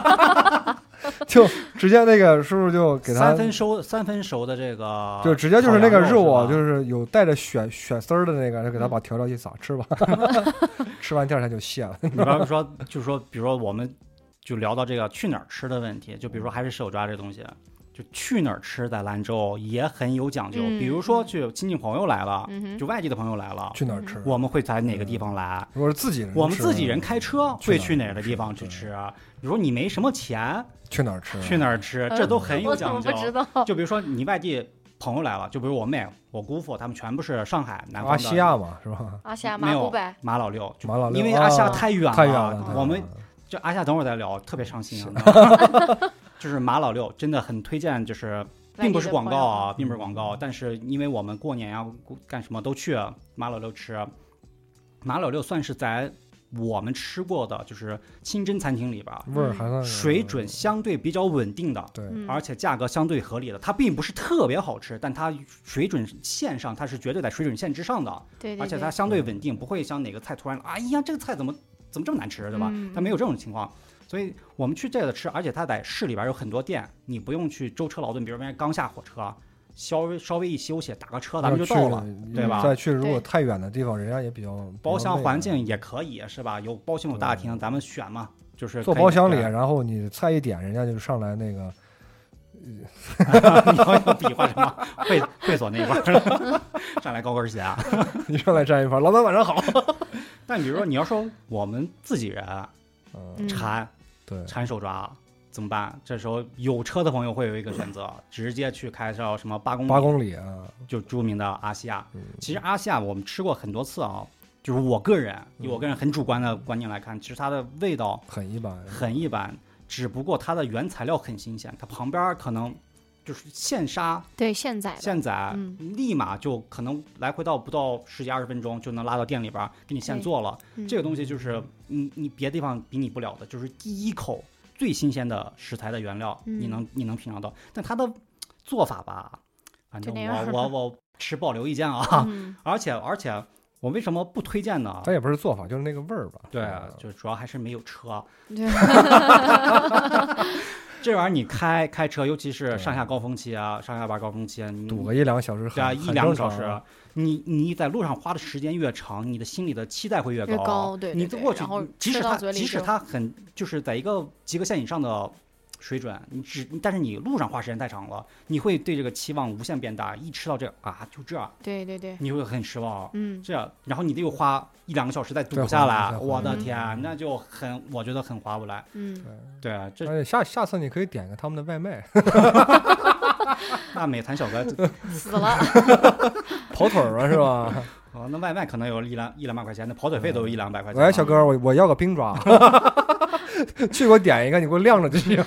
C: 就直接那个叔叔就给他
A: 三分熟三分熟的这个，
C: 就直接就是那个肉啊，就是是有带着血血丝儿的那个，就给它
B: 嗯
C: 把调料一撒，吃吧。吃完第二天就卸了。
A: 吧你比方说， 就是说，比如说我们就聊到这个去哪儿吃的问题，就比如说还是手抓这东西，就去哪儿吃在兰州也很有讲究。
B: 嗯
A: 比如说去亲戚朋友来了，
B: 嗯哼，
A: 就外地的朋友来了，
C: 去哪儿吃？啊
A: 我们会在哪个地方来？
C: 如果是自己人吃，
A: 我们自己人开车
C: 去哪
A: 会
C: 儿
A: 去哪儿的地方去吃？啊比如说你没什么钱，
C: 去哪儿吃？啊
A: 去哪儿吃？这都很有
B: 嗯我怎
A: 哎讲
B: 么
A: 究
B: 不。知道？
A: 就比如说你外地朋友来了，就比如我妹、我姑父，他们全部是上海、南
C: 阿
A: 方
C: 啊西
A: 的
C: 亚嘛，是吧？
B: 阿夏
A: 没
B: 麻
A: 有
B: 姑呗，
A: 马老六，就
C: 马老六，
A: 因为
C: 啊
A: 阿夏太远
C: 太远了，
B: 对
A: 啊我们就阿夏等会儿再聊，特别伤心啊。 就是马老六真的很推荐，就是并不是广告
B: 外
A: 啊，并不是
C: 嗯
A: 广告，但是因为我们过年啊干什么都去马老六吃，马老六算是在我们吃过的就是清真餐厅里边儿
C: 味儿还算是
A: 水准。相对比较稳定的。
C: 对
B: 地的，朋友，
A: 而且价格相对合理的，它并不是特别好吃，但它水准线上，它是绝对在水准线之上的。
B: 嗯对对对，
A: 而且它相对稳定，不会像哪个菜突然，哎呀，这个菜怎么怎么这么难吃，对吧？
B: 嗯
A: 它没有这种情况，所以我们去这个吃，而且它在市里边有很多店，你不用去舟车劳顿，比如人家刚下火车，稍微稍微一休息，打个车咱们就到了，，对吧
C: 嗯再去如果
B: 对
C: 太远的地方，人家也比较
A: 包厢环。
C: 比较累啊
A: 境也可以是吧？有包厢有大厅，咱们选嘛，就是
C: 坐
A: 可以
C: 包厢里，
A: 对
C: 然后你菜一点，人家就上来那个，
A: 你
C: 啊
A: 要要比划什么？会会所那一块儿， 上来高跟鞋啊。
C: 你上来站一盘，老板晚上好。
A: 但比如说你要说我们自己人啊
C: 嗯，
B: 嗯
A: 馋，
C: 对，
A: 缠手抓怎么办？这时候有车的朋友会有一个选 择，直接去开到什么八公里
C: 八公里啊，
A: 就著名的阿西亚。
C: 嗯
A: 其实阿西亚我们吃过很多次啊，就是我个人
C: 嗯
A: 以我个人很主观的观念来看，其实它的味道
C: 很一般。
A: 很一般，只不过它的原材料很新鲜，它旁边儿可能就是现杀
B: 对现宰的，
A: 现宰，
B: 嗯
A: 立马就可能来回到不到十几二十分钟就能拉到店里边儿给你现做了。
B: 嗯
A: 这个东西就是你你别地方比拟不了的，就是第一口最新鲜的食材的原料，
B: 嗯
A: 你能你能品尝到。但它的做法吧，反正
B: 就那样
A: 我我 我持保留意见啊。
B: 嗯
A: 而且而且我为什么不推荐呢
C: 它？也不是做法，就是那个味儿吧。
A: 对
C: 啊，
A: 就主要还是没有车，
B: 对，
A: 这玩意儿你开开车，尤其是
C: 对
A: 上下高峰期啊，上下班高峰期啊，你
C: 堵个一两个小时很，
A: 对啊，
C: 很
A: 一两个小
C: 正
A: 时
C: 常啊，
A: 你你在路上花的时间越长，你的心里的期待会越
B: 越高哦对对
A: 你
B: 对
A: 过去
B: 然后，
A: 即
B: 吃
A: 使
B: 到
A: 它
B: 嘴里
A: 即使
B: 就
A: 它很就是在一个及格线以上的水准，你只但是你路上花时间太长了，你会对这个期望无限变大。一吃到这啊，就这，
B: 对对 对，
A: 你会很失望。
B: 嗯，
A: 这，然后你得又花一两个小时再堵
C: 再
A: 下
C: 花
A: 来，
C: 再花
A: 我的
B: 嗯
A: 天，啊那就很，我觉得很划不来。
B: 嗯，
A: 对啊，这
C: 而且哎下下次你可以点个他们的 外卖，
A: 那美团小哥，
B: 嗯 死了，
C: 跑腿儿啊，是吧？
A: 哦，那外卖可能有一两一两百块钱，那跑腿费都有一两百块钱了。啊
C: 喂，小哥， 我我要个 冰爪， 去给我点一个，你给我晾着就行。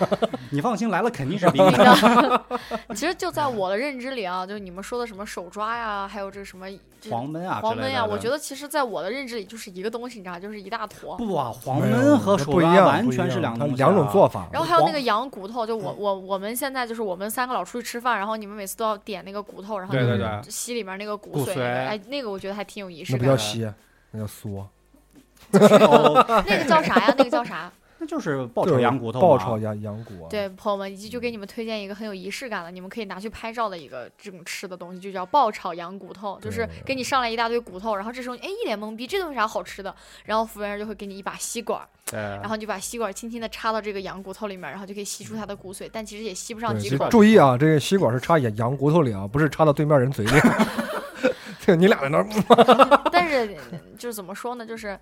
A: 你放心，来了肯定是比你
B: 那个， 其实就在我的认知里啊，就是你们说的什么手抓呀，还有这个什么这
A: 黄焖啊之类的，
B: 黄焖呀，我觉
A: 得
B: 得其实在我的认知里就是一个东西，你知道吧，就是一大坨。
A: 不啊，黄
C: 没有
A: 焖和
C: 它
A: 手
C: 不一
A: 抓
C: 样
A: 完
C: 不一
A: 全是
C: 样
A: 两
C: 它
A: 东西
C: 两种
A: 啊
C: 做法。
B: 然后还有那
A: 黄
B: 个羊骨头，就我我我们现在就是我们三个老出去吃饭，然后你们每次都要点那个骨头，然 后
A: 对
B: 就
A: 对
B: 是
C: 嗯
A: 对，
B: 吸里面那个骨
A: 骨
B: 髓那个，
A: 髓
B: 哎，那个我觉得还挺有仪式
C: 那不
B: 感
C: 叫
B: 的。
C: 吸，那叫嗦。
A: 哦
B: 那个叫啥呀？那个叫啥？
A: 那就是爆
C: 就
A: 炒
C: 是
A: 羊骨头嘛，
C: 爆炒羊羊骨啊，
B: 对，朋友们，以及就给你们推荐一个很有仪式感的，你们可以拿去拍照的一个这种吃的东西，就叫爆炒羊骨头，就是
C: 对
B: 给你上来一大堆骨头，然后这时候你哎一脸懵逼，这东西啥好吃的？然后服务员就会给你一把吸管
C: 啊
B: 儿，
A: 对，
B: 然
A: 然
B: 后你就把吸管儿轻轻的插到这个羊骨头里面，然后就可以吸出它的骨髓，但其实也吸不上
C: 对
B: 几
C: 就
B: 口。
C: 注意啊，这个吸管是插羊羊骨头里啊，不是插到对面人嘴里。 对，你俩在那儿，
B: 但是就是怎么说呢，就是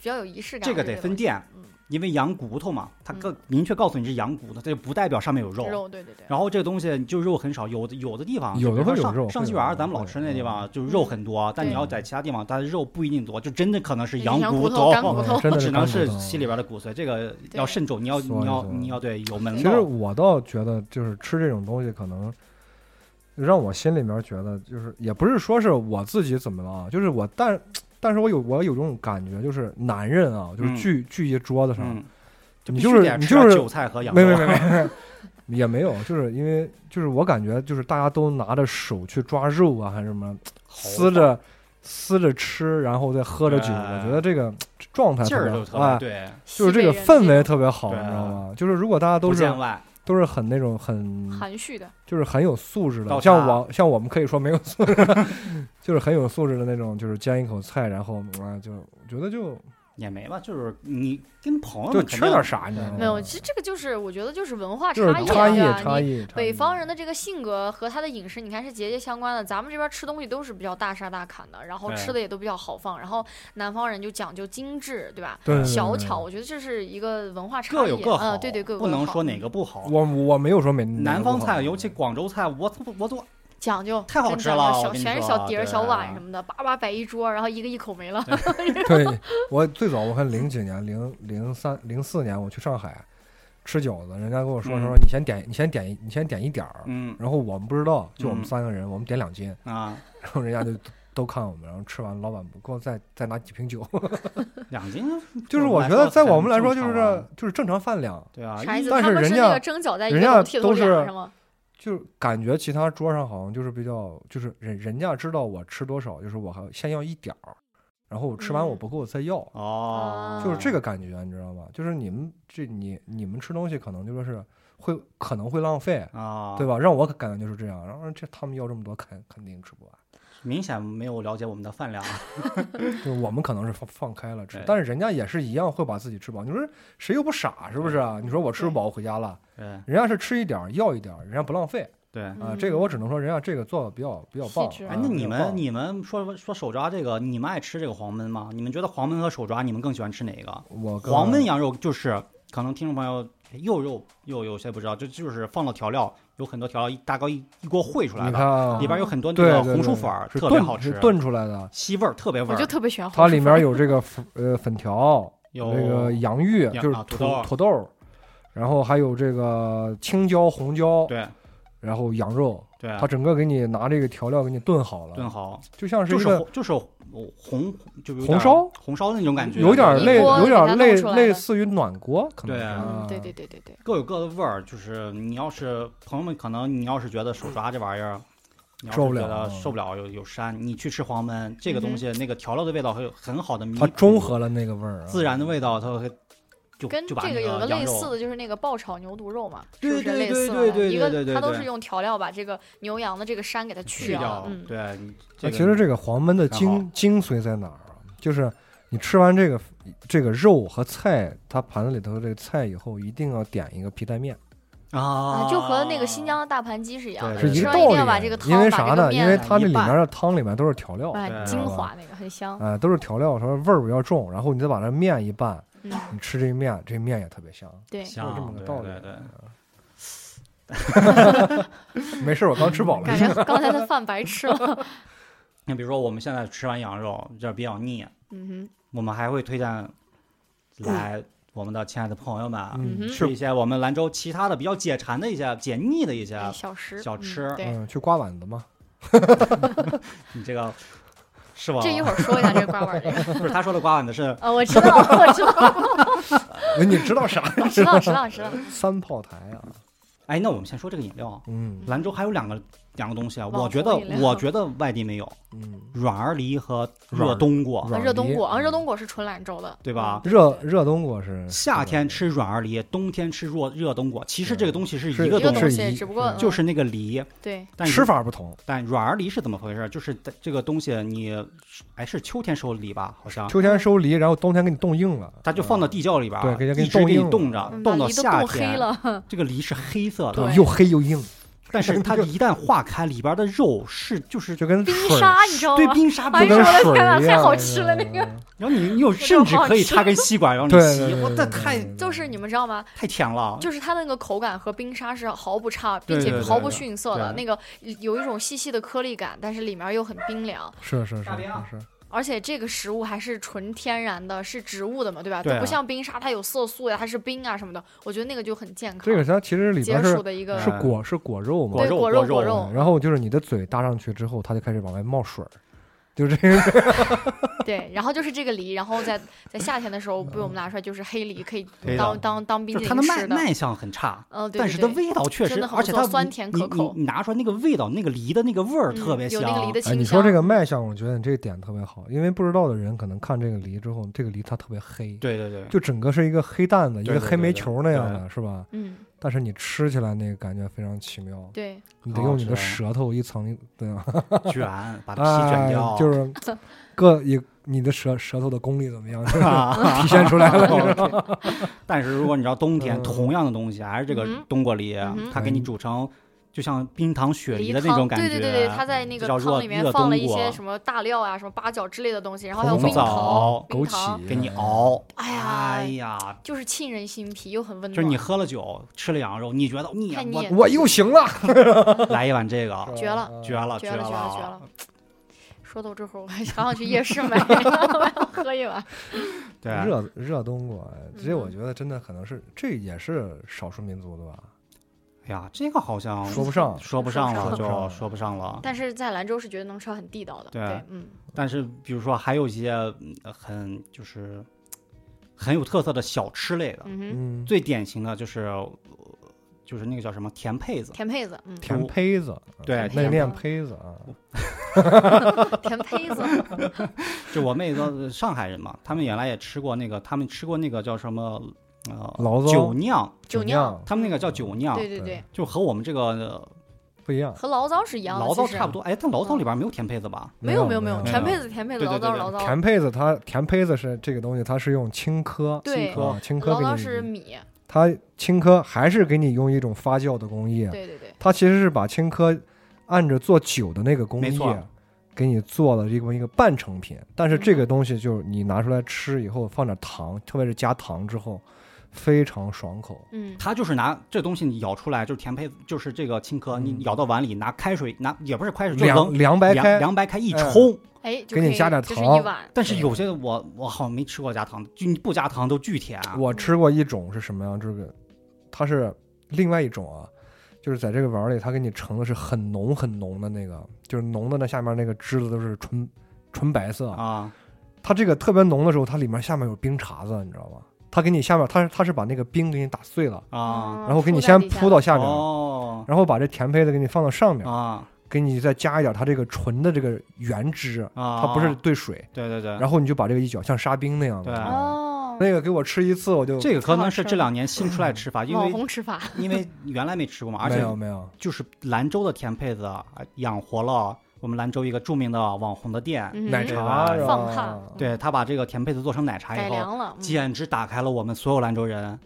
B: 比较有仪式感。
A: 这个得分店
B: 东西，
A: 因为羊骨头嘛，它
B: 嗯
A: 更明确告诉你是羊骨头，这就不代表上面有
B: 嗯，肉，对对对。
A: 然后这个东西就肉很少，有的有的地方
C: 有的
A: 就比如
C: 会有
A: 说上
C: 肉
A: 上
C: 会
A: 西
C: 有
A: 园
C: 肉
A: 儿咱们老
C: 会
A: 吃
C: 有嗯
A: 那地
C: 肉
A: 方就是肉很多，但你
B: 嗯对
A: 要在其他地方，它的肉不一定多，就真的可能是
B: 就是羊
A: 骨
B: 骨头干骨头
C: 嗯真的
A: 只能是
C: 干骨头
A: 心里边的骨髓，这个
B: 对
A: 要慎重，你要你
C: 所以
A: 要
C: 说
A: 你要对有门
C: 其实
A: 道，
C: 我倒觉得，就是吃这种东西，可能让我心里面觉得，就是也不是说是我自己怎么了啊，就是我但但是我有我有种感觉，就是男人啊，就是
A: 嗯
C: 聚、聚一桌子上，
A: 嗯，就
C: 你
A: 必
C: 就
A: 须
C: 是
A: 得
C: 你
A: 吃
C: 就
A: 点
C: 是
A: 韭菜和羊
C: 没没
A: 肉，
C: 没没， 也没有，就是因为就是我感觉就是大家都拿着手去抓肉啊，还是什么撕着撕着吃，然后再喝着酒，
A: 哎
C: 我觉得这个状态
A: 劲儿
C: 特别
A: 就特
C: 好，
A: 别
C: 哎，
A: 对，
C: 就是这个
B: 西北人
C: 氛围
B: 那种
C: 特别好，
A: 对啊
C: 你知道吗？就是如果大家都
A: 不
C: 是
A: 见外，
C: 都是很那种很
B: 含蓄的，
C: 就是很有素质的，
A: 倒
C: 像
A: 茶
C: 我像我们可以说没有素质， 就是很有素质的那种，就是煎一口菜，然后啊、就我觉得就
B: 啊
A: 也没吧，就是你跟朋友
C: 就
A: 们肯
C: 缺
A: 定
C: 点啥，你知道
A: 对
C: 吗？
B: 没有。其实这个就是我觉得就是文化
C: 就是
B: 异啊，
C: 差
B: 对
C: 异
B: 吧？
C: 差
B: 你
C: 异。
B: 北方人
C: 的
B: 的这个性格和他的饮食，你看是节节相关的。咱们这边吃东西都是比较大杀大砍的，然后
A: 对
B: 吃的也都比较豪放，然后南方人就讲究精致，对吧？
C: 对对对
B: 小
C: 对
B: 巧，我觉得这是一个文化差
A: 各
B: 异。
A: 有各好，
B: 嗯，对对，各有各
A: 不能
B: 好
A: 说哪个不好。
C: 我我没有说美
A: 南方菜，尤其
C: 其。
A: 广州菜，我我都
B: 讲究，
A: 太好
B: 真
A: 吃
B: 讲究
A: 了我
B: 小
A: 跟你
B: 全是
A: 说啊
B: 小碟儿、
A: 对
B: 小碗什么的，叭叭摆一桌，然后一个一口没了。
C: 对我最早我看零几年，零零三零四年我去上海吃饺子，人家跟我说
A: 嗯
C: 说你先点你先点一你先点一点儿，
A: 嗯
C: 然后我们不知道，就我
A: 嗯
C: 们三个人，我们点两斤，
A: 啊，
C: 然后人家就都都看我们，然后吃完老板不给我再再拿几瓶酒，
A: 两斤 啊
C: 就是嗯我觉得在我们来说就是就是正常啊饭量，
A: 对啊，
B: 啥意思？
C: 但
B: 他
C: 是
B: 们
C: 人
B: 是
C: 家
B: 那个蒸饺在一
C: 人
B: 个
C: 家
B: 笼屉
C: 都
B: 头脸
C: 是
B: 上吗？
C: 就是感觉其他桌上好像就是比较就是人人家知道我吃多少，就是我还先要一点儿，然后我吃完我
B: 嗯
C: 不给我再要。
A: 哦，
C: 就是这个感觉，你知道吗？就是你们这你你们吃东西可能就说是会可能会浪费，
A: 啊，
C: 对，吧？让我感觉就是这样。然后这他们要这么多，肯肯定吃不 完。
A: 明显没有了解我们的饭量啊，
C: 就是我们可能是放放开了吃
A: 对，
C: 但是人家也是一样会把自己吃饱。你说谁又不傻，是不是啊？你说我吃不饱我回家了，
A: 对
C: 人家是吃一点儿要一点儿，人家不浪费
A: 对。
C: 啊。
B: 嗯
C: 这个我只能说人家这个做的比较比较棒。
B: 细致
C: 啊
A: 哎，那你
C: 比较棒
A: 们你们说说手抓这个，你们爱吃这个黄焖吗？你们觉得黄焖和手抓，你们更喜欢吃哪个？
C: 我跟
A: 黄焖羊肉就是可能听众朋友又肉又有些不知道，这就是放了调料，有很多调料一大高一一锅烩出来
C: 你
A: 的，
C: 看啊
A: 里边有很多那
C: 对
A: 个
C: 对对
A: 红薯粉儿，
C: 是
A: 特别
C: 炖
A: 好吃
C: 是，炖出来的，
A: 吸味儿特别味
B: 我就
A: 儿，
B: 特别喜欢
C: 它
B: 红
C: 里
B: 薯粉
C: 面有这个粉呃粉条，
A: 有
C: 那个洋芋，
A: 洋
C: 就是
A: 啊土
C: 土
A: 豆儿
C: 土豆儿，然后还有这个青椒、红椒，
A: 对
C: 然后羊肉，
A: 对，
C: 它整个给你拿这个调料给你炖好
A: 炖
C: 了，
A: 好，
C: 就像是
A: 就
C: 一
A: 是
C: 个
A: 红就是红，就是有
C: 红
A: 点
C: 烧
A: 红烧的那种感觉，
C: 有点
B: 一
C: 类
B: 锅
C: 有
B: 给它
C: 点
B: 弄
C: 类
B: 出来
C: 类
B: 的
C: 似于暖锅，可能
A: 对
C: 是
B: 嗯
C: 啊，
B: 对对对对对，
A: 各有各的味儿。就是你要是朋友们，可能你要是觉得手抓这玩意儿。你要是
C: 受不了
A: 觉得
C: 啊
A: 受不了有有膻，你去吃黄焖这个东西，那个调料的味道会有很好的弥补，
C: 它中和了那个味儿啊，
A: 自然的味道，它会就
B: 跟
A: 就把
B: 这
A: 那
B: 有
A: 个
B: 个
A: 羊
B: 类
A: 肉
B: 似的，就是那个爆炒牛肚肉嘛，
A: 对
B: 是不是
A: 对
B: 类
A: 对
B: 似
A: 对对
B: 的？一
A: 对对
B: 个
A: 对
B: 它都
A: 对
B: 是用调料把这个牛羊的这个膻给它
A: 去
B: 掉
A: 掉
B: 了。。嗯，
A: 对，你
C: 那
A: 这个
C: 啊其实这个黄焖的
A: 还
C: 精精髓在哪儿啊？就是你吃完这个这个肉和菜，它盘子里头的这个菜以后，一定要点一个皮带面，
A: 啊，
B: 就和那个新疆的大盘鸡是一样的，
A: 对
C: 是
A: 对
C: 一
B: 吃
C: 个
B: 完一定
A: 啊
B: 要把这
C: 道理啊
B: 个。汤
C: 因为
B: 把
C: 啥
B: 这个
C: 呢？因为
B: 面
C: 它那
A: 一
C: 里面
A: 拌
C: 的汤里面都是调料，
B: 哎
A: 对啊
B: 精华那个很香。
C: 哎，都是调料，说味儿比较重，然后你再把这面一拌，
B: 嗯，
C: 你吃这面，这面也特别香。
B: 对，
A: 像
C: 这么个道理
A: 对对对
C: 没事，我刚吃饱了
B: 感。觉 刚才的饭白吃了。
A: 那比如说我们现在吃完羊肉，这比较腻，
B: 嗯
A: 我们还会推荐来我们的亲爱的朋友们啊
B: 哼，
C: 嗯
B: 嗯哼，
A: 吃一些我们兰州其他的比较解馋的一些、解腻的一些。
B: 哎小吃
A: 啊小
B: 嗯
A: 吃
B: 对，
C: 嗯，去刮碗子嘛，
A: 你这个是吧？
B: 这一会儿说一下这个瓜碗这 个。
A: 不是他说的刮碗的是
B: 啊，我知道，我知道，
C: 哎你知道啥？
B: 知道，知道，知道。
C: 三炮台啊，
A: 哎，那我们先说这个饮料啊。
C: 嗯
A: 兰州还有两个两个东西啊，
B: 网红
A: 我觉得
B: 饮料
A: 我觉得外地没有。
C: 嗯，
A: 软儿梨和
C: 软
A: 热
C: 儿
A: 冬果，
C: 软
B: 啊热冬
C: 梨
B: 果啊，热冬果是纯兰州的，
A: 嗯对吧
C: 热热冬果是
A: 夏天吃软儿梨，冬天吃热热冬果。其实这个东西是
C: 是
A: 一个
B: 一个
A: 东
C: 是
A: 西，
B: 东
C: 一
B: 西，只不过
C: 嗯
A: 就是那个梨，
B: 嗯对，
A: 但
C: 吃
A: 法。
C: 法不同，
A: 但软儿梨是怎么回事？就是在这个东西你，哎，是秋天收的梨吧？好像
C: 秋天收梨，然后冬天给你冻硬了，
A: 它就放到地窖里边儿，
C: 对给它给
A: 一直给
C: 冻硬
A: 你
C: 了
A: 啊冻着，
B: 嗯把
A: 冻到
B: 梨都
A: 夏
B: 冻黑
A: 天，
B: 了，
A: 这个梨是黑色
B: 对
A: 的，
C: 嗯又黑又硬，
A: 但是它一旦化开，里边的肉是就是
C: 就跟
B: 冰
C: 水
B: 沙你知道
A: 对
B: 吗？
A: 冰沙
B: 哎
A: 不
C: 就
A: 跟
B: 呦我
C: 跟
B: 的
C: 水
B: 天呐
C: 一
B: 太
C: 样
B: 好吃了那
C: 个。
A: 然后你你有甚至可以插根吸管，然后
C: 对
A: 你吸
C: 对，对
A: 我这
C: 对
A: 太
C: 对
B: 就是你们知道吗？
A: 太甜了，
B: 就是它的那个口感和冰沙是毫不差，
A: 啊对
B: 并且
A: 对对
B: 毫不
A: 对
B: 逊色的。
A: 对
B: 那个有一种细细的颗粒感，但是里面又很冰凉。
C: 是是是
A: 大便啊
C: 是是，
B: 而且这个食物还是纯天然的，是植物的嘛，对吧？
A: 对啊
B: 它不像冰沙，它有色素呀，它是冰啊什么的。我觉得那个就很健康，
C: 这个它其实里
B: 解
C: 边
B: 暑
C: 是
B: 的一个
C: 是果是果肉嘛
A: 果，
B: 对
A: 肉嗯
B: 果肉
A: 果肉
B: 肉，
C: 然后就是你的嘴搭上去之后，它就开始往外冒水儿，就这 个
B: 对。然后就是这个梨，然后在在夏天的时候被我们拿出来，就是黑梨，可以
A: 黑啊的
B: 当当当冰
A: 就是
B: 淇
A: 它
B: 淋
A: 的卖
B: 吃的。
A: 卖相很差。
B: 嗯，对
A: 但
B: 对
A: 是它
B: 对
A: 味道确
B: 真
A: 实
B: 的，很
A: 而且
B: 不
A: 它
B: 错酸甜可口
A: 你你你拿出来那个味道，那个梨的那个味儿特别
B: 嗯、有那个
A: 香啊
B: 梨的。
C: 哎，
B: 清
C: 你说
B: 香。
C: 这个卖相，我觉得你这个点特别好，因为不知道的人可能看这个梨之后，这个梨它特别黑，
A: 对 对对，
C: 就整个是一个黑蛋子，一
A: 对
C: 个
A: 对
C: 黑
A: 对
C: 煤
A: 对
C: 球那样
A: 对
C: 的，是吧？
B: 嗯，
C: 但是你吃起来那个感觉非常奇妙，
B: 对，
C: 你
A: 好
C: 得
A: 好
C: 用你
A: 吃
C: 的
A: 啊
C: 舌头一层，对吧？
A: 卷把它皮卷
C: 哎
A: 掉，
C: 就是 各一你的舌舌头的功力 怎么样，就是
A: 啊
C: 体现出来了。
A: 但是如果你知道冬天
C: 嗯
A: 同样的东西，还是这个
B: 嗯
A: 冬瓜梨
B: 嗯哼，
A: 它给你煮成就像冰糖雪梨的那种
B: 汤，
A: 感觉，啊
B: 对对对对，它在那
A: 就
B: 个
A: 叫
B: 汤
A: 热
B: 里面
A: 热
B: 放
A: 冬
B: 了一
A: 瓜
B: 些什么大料啊、什么八角之类的东西，然后还有
A: 红
B: 冰
A: 枣
B: 糖、冰
C: 枸杞
B: 糖，
A: 给你熬。
B: 哎呀
A: 哎呀，
B: 就是沁人心脾又很温暖。
A: 就是你喝了酒，吃了羊肉，你觉得腻啊
B: 太，腻
A: 我
B: 了
C: 我又行了，
A: 来一碗这个，
B: 绝了
A: 绝了，
B: 绝
A: 了，
B: 了绝了绝
A: 了！啊
B: 说到这会儿，我还想想去夜市买 买喝 一碗。
A: 对，啊
C: 热热冬瓜，这我
B: 嗯
C: 觉得真的可能是这也是少数民族的吧，
A: 哎呀，这个好像
C: 说不上。
A: 说不上了，
C: 说不上
A: 就
C: 了
A: 说不上了。
B: 但是在兰州是觉得能吃到很地道的。
A: 对啊
B: 对，嗯，
A: 但是比如说还有一些嗯很就是很有特色的小吃类的，
B: 嗯哼，
C: 嗯，
A: 最典型的就是呃就是那个叫什么甜胚子，
B: 甜胚子， 嗯，
A: 甜
C: 甜胚子，嗯
A: 对，
C: 内
B: 甜
C: 练
B: 胚子
C: 胚子啊，
B: 甜胚子，
A: 就我妹子呃上海人嘛，他们原来也吃过那个，他们吃过那个叫什么呃
C: 醪糟
A: 酒酿，
B: 酒
C: 酿
A: 他们那个叫酒酿，
B: 嗯对对
C: 对
B: 对，
A: 就和我们这个
C: 不一样，
B: 和醪糟是一样的，
A: 醪糟
B: 其实嗯
A: 差不。多。哎，但醪糟里边没有甜胚子吧？
B: 没
C: 有
B: 有没有
C: 没
B: 有，
A: 没
B: 甜
A: 有
B: 胚子甜胚子，
A: 对对
B: 醪糟
A: 对
B: 醪糟，
C: 甜胚子它甜胚子是这个东西，它是用青稞，
B: 对
A: 稞
C: 啊，青稞
B: 醪
C: 给
B: 糟是
C: 你，
B: 米，
C: 它青稞还是给你用一种发酵的工艺，
B: 对对对，
C: 它其实是把青稞按着做酒的那个工
A: 没
C: 艺
A: 错，
C: 给你做了这么一个半成品。但是这个东西就是你拿出来吃以后放点糖，特别是加糖之后，非常爽口。
B: 嗯，
A: 他就是拿这东西你咬出来，就是甜胚，就是这个青稞，
C: 嗯
A: 你咬到碗里，拿开水拿也不是开水，就
C: 凉
A: 冷
C: 凉白
A: 凉
C: 开，
A: 凉白开一
C: 哎
A: 冲。
B: 哎，就
C: 给你
B: 可以
C: 加点
B: 就是一
C: 糖
B: 碗，
A: 但是有些我我好像没吃过加糖，就你不加糖都巨甜啊。
C: 我吃过一种是什么样？这个它是另外一种啊，就是在这个碗儿里，它给你盛的是很浓很浓的那个，就是浓的那下面那个汁子都是纯纯白色。
A: 啊，
C: 它这个特别浓的时候，它里面下面有冰碴子，你知道吗？它给你下面，它是它是把那个冰给你打碎了。
B: 哦
A: 啊，
C: 然后给你先铺嗯到下面，
A: 哦
C: 然后把这甜胚子给你放到上面，
A: 啊
C: 给你再加一点它这个纯的这个原汁，
A: 啊，
C: 它不是兑水，
A: 对对对，
C: 然后你就把这个一搅，像沙冰那样
A: 哦对
C: 的。
B: 哦，
C: 那个给我吃一次，我就
A: 这个可
B: 好
A: 能是
B: 吃嗯
A: 这两年新出来吃法，因
B: 网
A: 为
B: 红吃法，
A: 因为原来没吃 过嘛，而
C: 没
A: 且
C: 有没有，
A: 就是兰州的甜胚子啊养活了我们兰州一个著名的网红的店，
B: 嗯
C: 奶
B: 哼
C: 茶
A: 对
C: 是吧
B: 放大
A: 对他把这个甜胚子做成奶茶
B: 改
A: 以后，
B: 良了，嗯
A: 简直打开了我们所有兰州人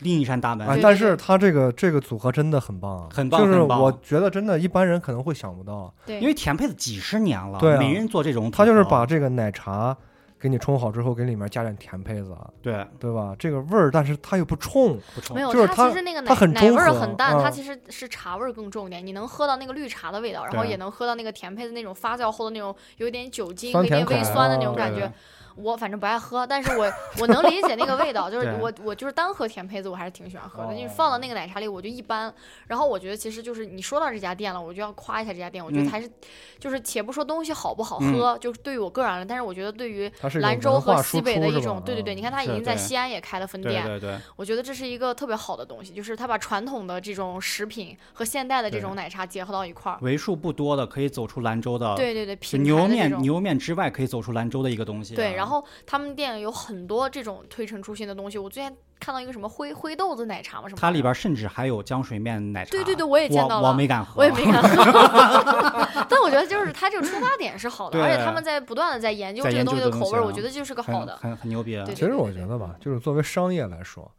A: 另一扇大
C: 啊
A: 门
B: 对。，
C: 但是它这个这个组合真的很棒啊，
A: 很棒
C: 就是
A: 很棒
C: 我觉得真的一般人可能会想不到，
B: 对，
A: 因为甜胚子几十年了，
C: 对啊
A: 没人做这种组合，
C: 它就是把这个奶茶给你冲好之后，给里面加点甜胚子，啊
A: 对
C: 对吧？这个味儿，但是它又不冲，
A: 不冲
B: 没有，
C: 就是它
B: 其实那个奶
C: 它很
B: 奶味儿
C: 中和
B: 很淡，
C: 嗯
B: 它其实是茶味儿更重一点。你能喝到那个绿茶的味道，然后
A: 对
B: 也能喝到那个甜胚的那种发酵后的那种有一点酒精、有
C: 酸
B: 一点
C: 甜
B: 微
C: 口
B: 酸的那种
C: 啊
B: 感
A: 对
B: 觉。我反正不爱喝，但是我我能理解那个味道， 就是
A: 对
B: 我我就是单喝甜胚子，我还是挺喜欢喝的。你
C: 哦
B: 放到那个奶茶里，我就一般。然后我觉得其实就是你说到这家店了，我就要夸一下这家店，我觉
A: 嗯
B: 得还是、就是且不说东西好不好喝，就是对于我个人而言，但是我觉得对于
C: 它是一嗯种
B: 兰州
C: 文化
B: 和
C: 输
B: 西
C: 出
B: 北的
C: 是
B: 一
C: 吧
B: 种，对对对，
C: 嗯
B: 你看它已
A: 是
B: 经在
A: 对
B: 西安也开了分
A: 对
B: 店，
A: 对对，
B: 我觉得这是一个特别好的东西，就是它把传统的这种食品和现代的这
A: 对
B: 种奶茶结合到一块儿。
A: 为数不多的可以走出兰州的，
B: 对对对，
A: 就
B: 品牌
A: 牛
B: 的这
A: 面
B: 种。
A: 牛面之外可以走出兰州的一个东西啊。
B: 对，然后他们店有很多这种推陈出新的东西。我之前看到一个什么灰灰豆子奶茶嘛，什么
A: 它里
B: 玩意儿
A: 边甚至还有浆水面奶茶。
B: 对对对，，我也见到
A: 我
B: 了，
A: 我没敢喝，
B: 我也没 看到。但我觉得就是它这个出发点是好的，
A: 对
B: 而且他们在不断的在研究
A: 在
B: 这个
A: 研
B: 东
A: 究
B: 西
A: 这
B: 的
A: 个东
B: 口味，
A: 西
B: 儿，
A: 啊
B: 我觉得就是个好
A: 很
B: 的。
A: 很很牛逼啊。
B: 对
C: 其实我觉得吧，就是作为商业来说，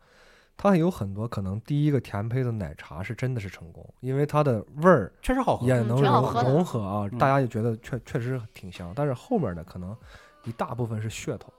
C: 它有很多可能，第一个甜胚的奶茶是真的是成功，因为它的味儿
A: 确实好喝
C: 也。
B: 嗯
C: 能
B: 挺好
C: 融
B: 喝的
C: 融合啊
A: 嗯，
C: 大家也觉得确确实挺香。但是后面的可能一大部分是噱头，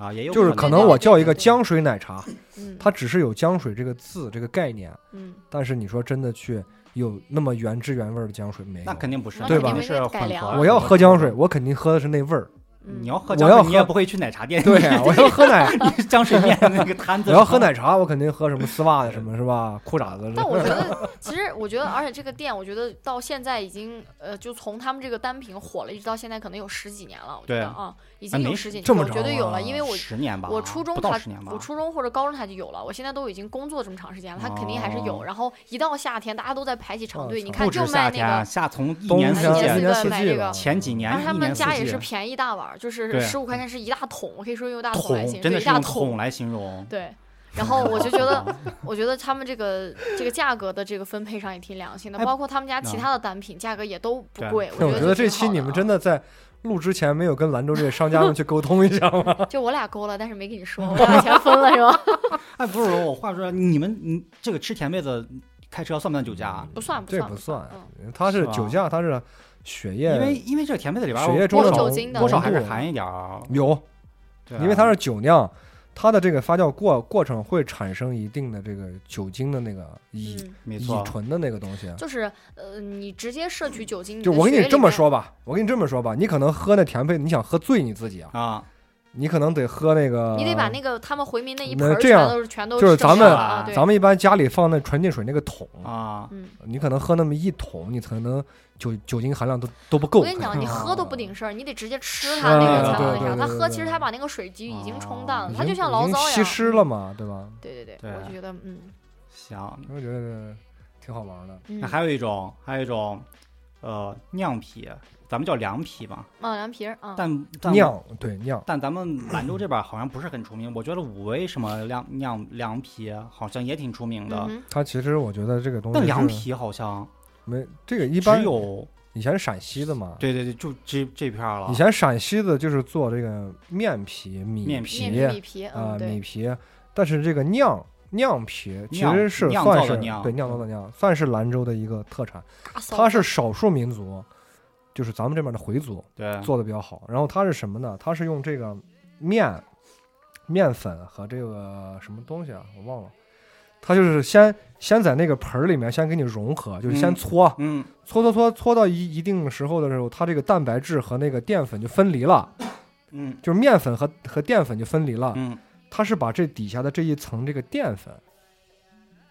A: 啊，也有
C: 就是
B: 可
C: 可
B: 能
C: 能
B: 对
C: 我
B: 对
C: 叫
B: 对
C: 一个
B: 对
C: 江水奶茶，
B: 嗯，
C: 它只是有江水这个字这个概念，
B: 嗯，
C: 但是你说真的去有那么原汁原味儿的江水没
A: 那
C: 有？
A: 肯定不是，
B: 那
C: 对吧
A: 肯定是
B: 肯定
A: 混
B: 改良
A: 合
B: 了
A: 的。
C: 我要喝江水，我肯定喝的是那味儿。
B: 嗯
A: 你要喝
C: 我
A: 江
C: 要
A: 水，
C: 喝
A: 你也不会去奶茶店。
C: 对，啊我要喝奶，
A: 你江水面那个摊子
C: 我
A: 上。
C: 要喝奶茶，我肯定喝什么丝袜的什么是吧？裤衩 子。
B: 但我觉得，其实我觉得，而且这个店，我觉得到现在已经，呃，就从他们这个单品火了，一直到现在，可能有十几年了。我觉
A: 对
B: 得啊，已经
A: 没
B: 有
A: 事
B: 十几年，
C: 这么
B: 我觉
C: 长
B: 得有
C: 啊
B: 了，因为我
A: 十年吧，
B: 我初中
A: 不到
B: 他
A: 十年吧，
B: 我初中或者高中他就有了，我现在都已经工作这么长时间了，他肯定还是有。
A: 哦
B: 然后一到夏天，大家都在排起长
C: 我
B: 队，你
C: 操
B: 看
A: 不
B: 就
A: 止
B: 卖
A: 夏天
B: 那
A: 啊，
B: 个。
A: 夏从一
C: 冬
A: 年
C: 天
A: 四
B: 一
A: 季
B: 年四
C: 一年
B: 季
C: 四
B: 买
C: 季
B: 这
C: 了
B: 个
A: 前几年
B: 而且他
A: 一
B: 们
A: 年四
B: 家也
A: 季啊
B: 是便宜一大碗儿，就是
A: 对
B: 十五块钱是一大桶，我可以说用一大桶来
A: 桶，
B: 形容，
A: 真
B: 就
A: 的
B: 一
A: 是
B: 大
A: 用
B: 桶
A: 桶。来形容。
B: 对，然后我就觉得，我觉得他们这个这个价格的这个分配上也挺良心的，
C: 哎
B: 包括他们家其
A: 嗯
B: 他的单品价格也都不
A: 对
B: 贵。
C: 我
B: 觉
C: 觉得
B: 得
C: 这期你们真
B: 的
C: 的在录之前没有跟兰州这些商家们去沟通一下吗？
B: 啊就我俩勾了，但是没跟你 说，我俩钱分了是吧？
A: 哎，不是我话说，你们你这个吃甜妹子开车算不算 酒驾啊？
B: 不算
C: 这
B: 算
C: 不
B: 不
C: 算
B: 嗯，
C: 它是
A: 是吧
C: 酒驾，它是血液，
A: 因为因为这个甜妹子里边
C: 血嗯液
A: 儿
C: 中的
B: 有酒
C: 浓
B: 精的
A: 多少还是
C: 浓度
A: 含一点儿，
C: 有，
A: 对啊
C: 因为它是酒酿，它的这个发酵过过程会产生一定的这个酒精的那个乙
B: 嗯，
A: 没
C: 乙
A: 错，
C: 醇的那个东西。啊
B: 就是呃，你直接摄取酒精，
C: 就
B: 的
C: 我跟
B: 血
C: 你
B: 液
C: 这
B: 里
C: 么
B: 面，
C: 说吧，我跟你这么说吧，你可能喝那甜配，你想喝醉你自己啊，
A: 啊，
C: 你可能得喝那个，
B: 你得把那个他们回民那一
C: 那
B: 盆儿
C: 这
B: 全
C: 样
B: 都是全都
C: 就是
B: 吃
C: 咱
B: 掉
C: 们
B: 了啊对
C: 咱们一般家里放那纯净水那个桶，
A: 啊，
B: 嗯，
C: 你可能喝那么一桶，你可能酒酒精含量都都不够。
B: 我跟你讲，你
A: 啊
B: 喝都不顶事儿，你得直接吃
A: 吃
B: 它那
A: 啊
B: 个才
A: 对
B: 能那
C: 对
B: 啥。
C: 对
B: 他
C: 对
B: 喝
C: 对
B: 其实他把那个水基已经冲淡
A: 啊
B: 了，
C: 已
B: 它
C: 经
B: 就像醪
C: 已经
B: 糟一
C: 稀
B: 样。
C: 释了嘛，对啊吧？
B: 对对对，
A: 对
B: 我就觉得嗯
A: 行。
C: 我觉得挺好玩的。
B: 嗯
A: 那，还有一种，还有一种，呃，酿啤，咱们叫凉啤嘛，
B: 马凉皮儿啊，
A: 但但
C: 酿对酿，
A: 但咱们兰州这边儿好像不是很出名，我觉得武威什么凉酿凉啤好像也挺出名的，
B: 嗯哼
C: 它其实我觉得这个东西
A: 但凉
C: 是
A: 啤好像
C: 没这个一
A: 只
C: 般
A: 有
C: 以前陕西的嘛，
A: 对对对，就这这片儿了。
C: 以前陕西的就是做这个面皮、米
A: 面
B: 面
C: 皮
B: 皮
C: 啊
B: 米、皮，嗯，
C: 米
B: 对，
C: 皮，但是这个酿酿皮其
A: 酿
C: 实是
A: 酿
C: 算
A: 造
C: 是
A: 的酿
C: 对酿造的酿，算是兰州的一个特产。
B: 大嫂
C: 它是少数民族，就是咱们这边的回族
A: 对
C: 做的比较好。然后它是什么呢？它是用这个面、面粉和这个什么东西啊，我忘了。它就是先先在那个盆儿里面先给你融合，就是先
A: 嗯
C: 搓、
A: 嗯，
C: 搓搓搓搓到一一定时候的时候，它这个蛋白质和那个淀粉就分离了，
A: 嗯
C: 就是面粉和和淀粉就分离了。
A: 嗯，
C: 它是把这底下的这一层这个淀粉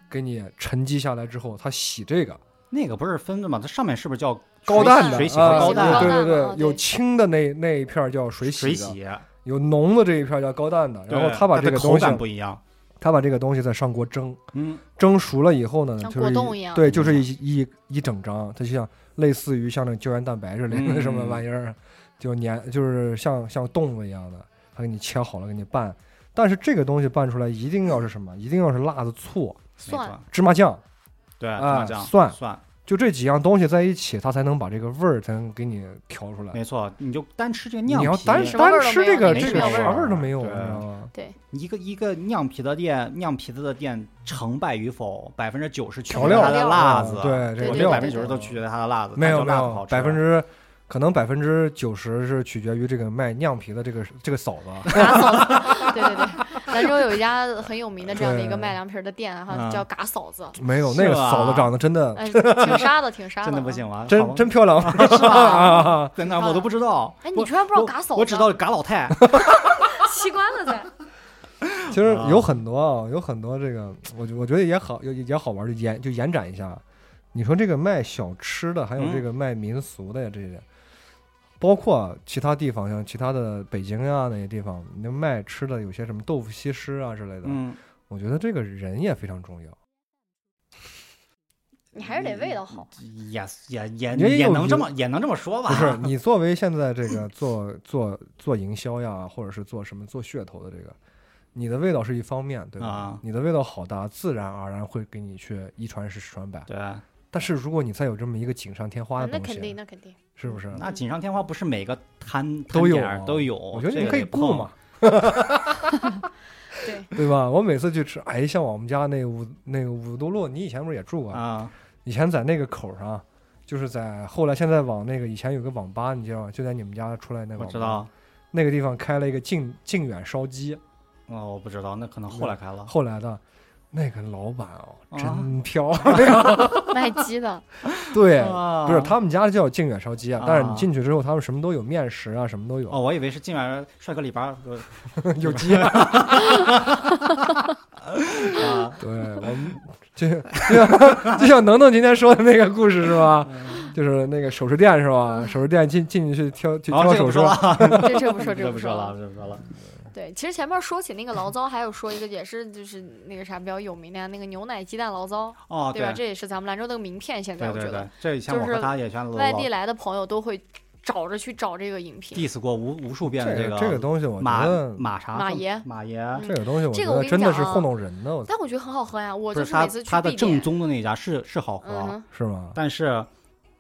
C: 给你沉积下来之后，它洗这个。
A: 那个不是分的嘛？它上面是不是叫
C: 高
B: 蛋
C: 蛋的
A: 水洗和
C: 啊
A: 高
B: 水洗和
A: 蛋？
C: 对对
B: 高蛋嘛
C: 对，
B: 对
C: 有轻的那那一片儿叫水洗
A: 水
C: 的，
A: 洗，
C: 有浓的这一片儿叫高蛋的。然后
A: 对
C: 他把
A: 它
C: 这
A: 的
C: 个
A: 口
C: 东西，
A: 感不一样。
C: 他把这个东西再上锅蒸，
A: 嗯，
C: 蒸熟了以后呢，
B: 像
C: 就是
B: 果冻一样
C: 对，就是一一一整张，它就像类似于像那个胶原蛋白之类的
A: 嗯
C: 什么玩意儿，就粘，就是像像冻子一样的，它给你切好了给你拌。但是这个东西拌出来一定要是什么？一定要是辣子、醋、
A: 没
B: 蒜
A: 错，
C: 芝麻酱，
A: 对，
C: 哎
A: 芝麻酱、
C: 蒜啊
A: 蒜，
C: 就这几样东西在一起，它才能把这个味儿才能给你调出来。
A: 没错，你就单吃这个酿
C: 你要
A: 啤，
C: 单
B: 什么味
C: 单
B: 儿都
C: 吃
B: 没
C: 这
B: 有
C: 个
B: 没
C: 这
B: 什
C: 个
B: 么味
C: 啥
B: 儿
C: 味儿都没有，你嗯
A: 对
C: 知道吗？
A: 一个一个酿啤的店，酿啤子的店成败与否，百分之九十取决
C: 调
A: 于
C: 料
A: 它的辣子，
C: 嗯对这
B: 个
A: 我觉
B: 料
A: 得百分之九十都取决于它的辣子，
C: 没有
A: 它只
C: 没
A: 要辣子好
C: 有，
A: 吃
C: 百分之可能百分之九十是取决于这个卖酿啤的这个这个嫂子，
B: 打扫，对对对， 兰州有一家很有名的这样的一个
C: 对
B: 卖凉皮儿的店，哈，
A: 嗯
B: 叫嘎嫂子，
C: 没有那个
A: 是吧
C: 嫂子长得真的
B: 哎，挺杀的，挺杀的，
A: 真的不，行啊，好
C: 真
A: 吧
C: 真漂亮
B: 是吧？
C: 啊！
A: 在那儿我都不知道。
B: 哎，你
A: 我
B: 居然不知道嘎嫂子？
A: 我只知 道嘎老 太，
B: 奇观了在。
C: 其实有很多啊，有很多这个，我觉我觉得也好，也也好玩，就延就延展一下。你说这个卖小吃的，还有
A: 嗯
C: 这个卖民俗的呀，这些，包括其他地方，像其他的北京啊那些地方，那卖吃的有些什么豆腐西施啊之类的，
A: 嗯，啊
C: 我觉得这个人也非常重要。
B: 你还是得味道好，
A: 也也也
C: 也
A: 也
C: 有
A: 能这
C: 有
A: 么也能这么说吧？
C: 不 是你作为现在这个做做做营销呀，或者是做什么做噱头的这个，你的味道是一方面，对吧？
A: 啊
C: 你的味道好大，自然而然会给你去一传十，十传百。
A: 对，
C: 但是如果你再有这么一个锦上添花
B: 啊
C: 的
B: 那
C: 东
B: 肯定，
C: 西，
B: 那肯定。
C: 是不是？
A: 那锦上添花不是每个摊
C: 都有啊
A: 摊点儿都有，
C: 我觉得
A: 这
C: 你
A: 个
C: 可以
A: 得
C: 雇
A: 碰
C: 嘛，，
B: 对，
C: 对吧？我每次去吃，哎，像我们家那五那个五渡路，你以前不是也住过？
A: 啊，
C: 以前在那个口上，就是在后来现在往那个以前有个网吧，你知道吗？就在你们家出来那
A: 我
C: 网吧，
A: 知道，
C: 那个地方开了一个靖靖远烧鸡，
A: 哦，我不知道，那可能后来开了。
C: 后来的那个老板哦，
A: 啊
C: 真飘，
B: 卖鸡的，
C: 对。
A: 啊
C: 不是他们家叫靖远烧鸡啊，
A: 啊
C: 但是你进去之后，他们什么都有，面食啊，什么都有，
A: 哦，我以为是进来帅哥里边儿呃
C: 有鸡。
A: 啊，
C: 对，我们就就像就像能能今天说的那个故事是吧？
B: 嗯
C: 就是那个首饰店是吧？首饰店进进去去挑去
A: 好
B: 哦
C: 挑
A: 这个
C: 首
A: 不
C: 饰
A: 说，了，
B: 这这不说，
A: 这
B: 这
A: 不
B: 说啊
A: 说了，。这不说了。
B: 对，其实前面说起那个醪糟，还有说一个也是就是那个啥比较有名的呀，那个牛奶鸡蛋醪糟，
A: 哦，
B: 对吧？这也是咱们兰州的名片，现在
A: 对
B: 我
A: 对
B: 觉得
A: 对，这以前我
B: 就是
A: 和他也全老
B: 外地来的朋友都会找着去找这个饮品。
A: diss 过无无数遍的
C: 这
A: 个
C: 这个东西我
A: 马嗯
C: 觉得，
A: 马啥
B: 马爷
A: 马爷，
B: 嗯
C: 这个东西我
B: 这
C: 觉
B: 个我
C: 得
B: 跟你
C: 真的
B: 讲
C: 是
B: 啊
C: 糊弄人的，我
B: 但我觉得很好喝呀，我
A: 嗯不
B: 就是每
A: 他
B: 次去
A: 他的
B: 必
A: 正
B: 点，
A: 宗的啊那家是是好
B: 嗯
A: 喝，
B: 哼，
C: 是吗？
A: 但是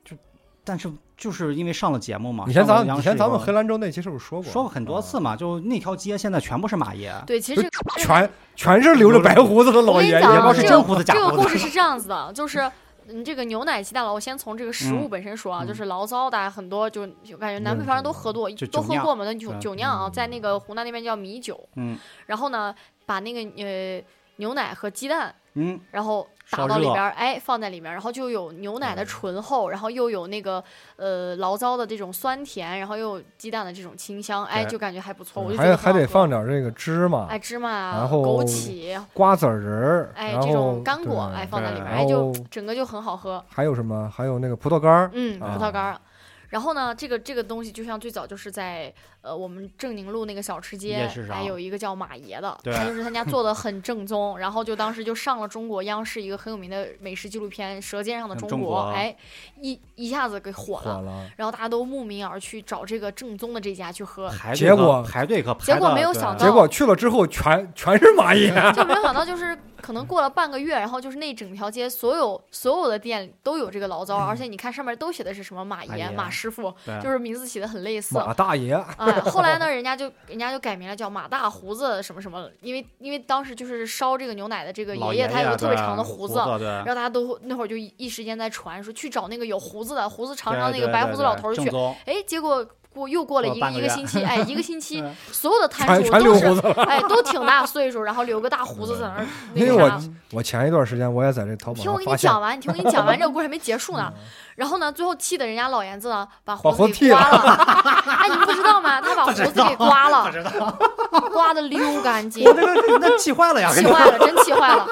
A: 就但是就是因为上了节目嘛，
C: 以前
A: 啊上了
C: 咱们
A: 央
C: 以前
A: 视
C: 咱们
A: 以后
C: 黑兰州那期是不是说过？
A: 说过很多次嘛，就那条街现在全部是马爷，
B: 对，其实这个
C: 啊全全是留着白胡子的老爷爷，
B: 我跟你
A: 也
B: 讲
A: 不知道是真胡
B: 啊这个
A: 子假
B: 这个
A: 胡
B: 故
A: 子。
B: 事是这样子的，就是。嗯，这个牛奶鸡蛋醪，我先从这个食物本身说啊，
A: 嗯
B: 就是醪糟，大家很多就就感觉南北方人都喝多，
A: 就
B: 都
A: 酒
B: 喝
A: 酿
B: 过嘛，那酒
A: 嗯
B: 酒酿啊，
C: 嗯
B: 在那个湖南那边叫米酒，
A: 嗯
B: 然后呢，把那个呃牛奶和鸡蛋，
A: 嗯，
B: 然后
A: 烧
B: 打到
A: 热
B: 里边儿，哎，放在里面儿，然后就有牛奶
C: 嗯
B: 的醇厚，然后又有那个呃醪糟的这种酸甜，然后又有鸡蛋的这种清香，哎，
A: 对
B: 就感觉还不错。我就觉
C: 还
B: 得
C: 嗯还
B: 很好
C: 得
B: 喝
C: 放点这个芝麻、
B: 哎芝麻啊、
C: 然后
B: 枸杞，
C: 瓜子仁儿，
B: 哎
C: 然
B: 这
C: 后
B: 种干果，
C: 对
B: 哎放在里面儿，
A: 对
B: 哎就
C: 然后
B: 整个就很好喝。
C: 还有什么？还有那个葡萄干儿，
B: 嗯，葡
C: 啊
B: 萄干儿。然后呢，这个这个东西就像最早就是在呃我们正宁路那个小吃街
A: 夜市，上
B: 还有一个叫马爷的，
A: 对
B: 他就是他家做的很正宗，然后就当时就上了中国央视一个很有名的美食纪录片《舌尖上的中
A: 嗯中
B: 国
A: 国》，
B: 哎，一一下子给火
C: 火
B: 了，
C: 了。
B: 然后大家都慕名而去找这个正宗的这家去 喝，
A: 排队
C: 结
A: 可
C: 果
A: 排队可排
B: 结果
A: 得
B: 没有
A: 对
B: 想到
C: 结果去了之后全全是蚂 蚁，
B: 就没有想到，就是可能过了半个月，然后就是那整条街所有所有的店都有这个醪糟，而且你看上面都写的是什么马
A: 马
B: 爷、
A: 爷
B: 马师傅，
A: 对
B: 就是名字起的很类似。
C: 马大爷，
B: 哎，后来呢，人家就人家就改名了，叫马大胡子什么什么，因为因为当时就是烧这个牛奶的这个
A: 老
B: 爷
A: 爷
B: 他有个
A: 对
B: 特别长的
A: 胡
B: 胡子，
A: 对，
B: 然后大家都那会儿就一一时间在传说去找那个有胡子的胡子长
A: 对啊
B: 长那个
A: 对
B: 白
A: 对
B: 胡子
A: 对
B: 老头儿
A: 正
B: 去，
A: 宗
B: 哎，结果过又过了
A: 过了
B: 一个
A: 半个
B: 一个
A: 月
B: 星期，哎，一个星 期
A: 嗯
B: 所有的摊
C: 全
B: 主
C: 全留
B: 都
C: 胡
B: 是
C: 子了。
B: 哎都挺大岁数，然后留个大胡子在 那儿那
C: 因为
B: 个啥
C: 我。我前一段时间我也在这淘宝
B: 听
C: 上
B: 我给你
C: 发现，
B: 讲完，你听我给你讲 完，这个故事还没结束呢。然后呢，最后气的人家老爷子呢，把胡
C: 把胡
B: 子
C: 子
B: 给
C: 剃
B: 刮了。 哎，你不知道吗？他把胡子给刮了，刮的溜干净，
A: 那个那气坏了呀！
B: 气坏了，真气坏 了，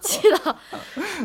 B: 气的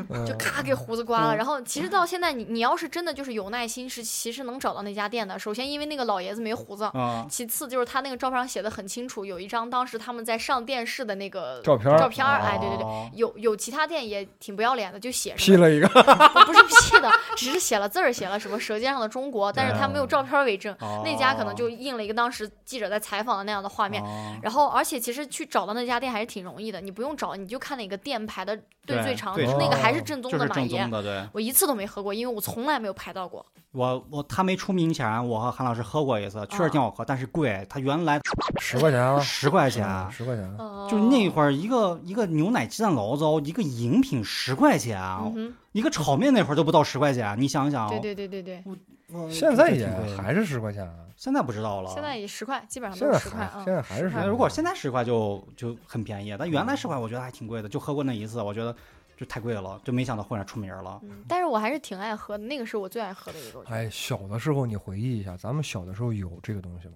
C: 嗯
B: 就咔给胡子刮了。然后其实到现在，你你要是真的就是有耐心，是其实能找到那家店的。首先，因为那个老爷子没胡子。
A: 啊，
B: 其次就是他那个照片上写的很清楚，有一张当时他们在上电视的那个
C: 照片儿哦
B: 照片儿，哎，对对对，
A: 对，
B: 有有其他店也挺不要脸的，就写什
C: 批
B: 么
C: 了一个，
B: 不是 P 的，只是写了字儿，写了什么《舌尖上的中国》，但是他没有照片为证。
A: 哦
B: 那家可能就印了一个当时记者在采访的那样的画面。
A: 哦
B: 然后，而且其实去找到那家店还是挺容易的，你不用找，你就看哪个店排的队
A: 对
B: 最长，
A: 最
B: 就是那个
C: 长
B: 还是正宗
A: 就
B: 的
A: 是
B: 马
A: 正
B: 爷
A: 宗。的，对
B: 我一次都没喝过，因为我从来没有排到过。
A: 我我他没出名前，我和韩老师喝过一次，确
B: 啊
A: 实挺好喝，但是贵，它原来
C: 十块钱啊，
A: 十块钱，
C: 嗯十块钱，
A: 就
B: 嗯
A: 那会儿一个一个牛奶鸡蛋醪糟，一个饮品十块钱，啊
B: 嗯哼，
A: 一个炒面那会儿都不到十块钱，你想想，
B: 对对对对对，
A: 呃
C: 嗯现在
A: 这
C: 也
A: 挺贵的
C: 还是十块钱啊，
A: 现在不知道了。
B: 现在也十块，基本上
C: 现
B: 都
C: 在
B: 是十块
C: 还
B: 啊
C: 现。在还是
B: 十块
C: 10块
A: 哎
C: 钱。
A: 如果现在十块就就很便宜，但原
C: 嗯
A: 来十块我觉得还挺贵的，就喝过那一次，我觉得就太贵了，就没想到忽然出名了。
B: 嗯，但是我还是挺爱喝的，那个是我最爱喝的一个。我觉得
C: 哎，小的时候你回忆一下，咱们小的时候有这个东西吗？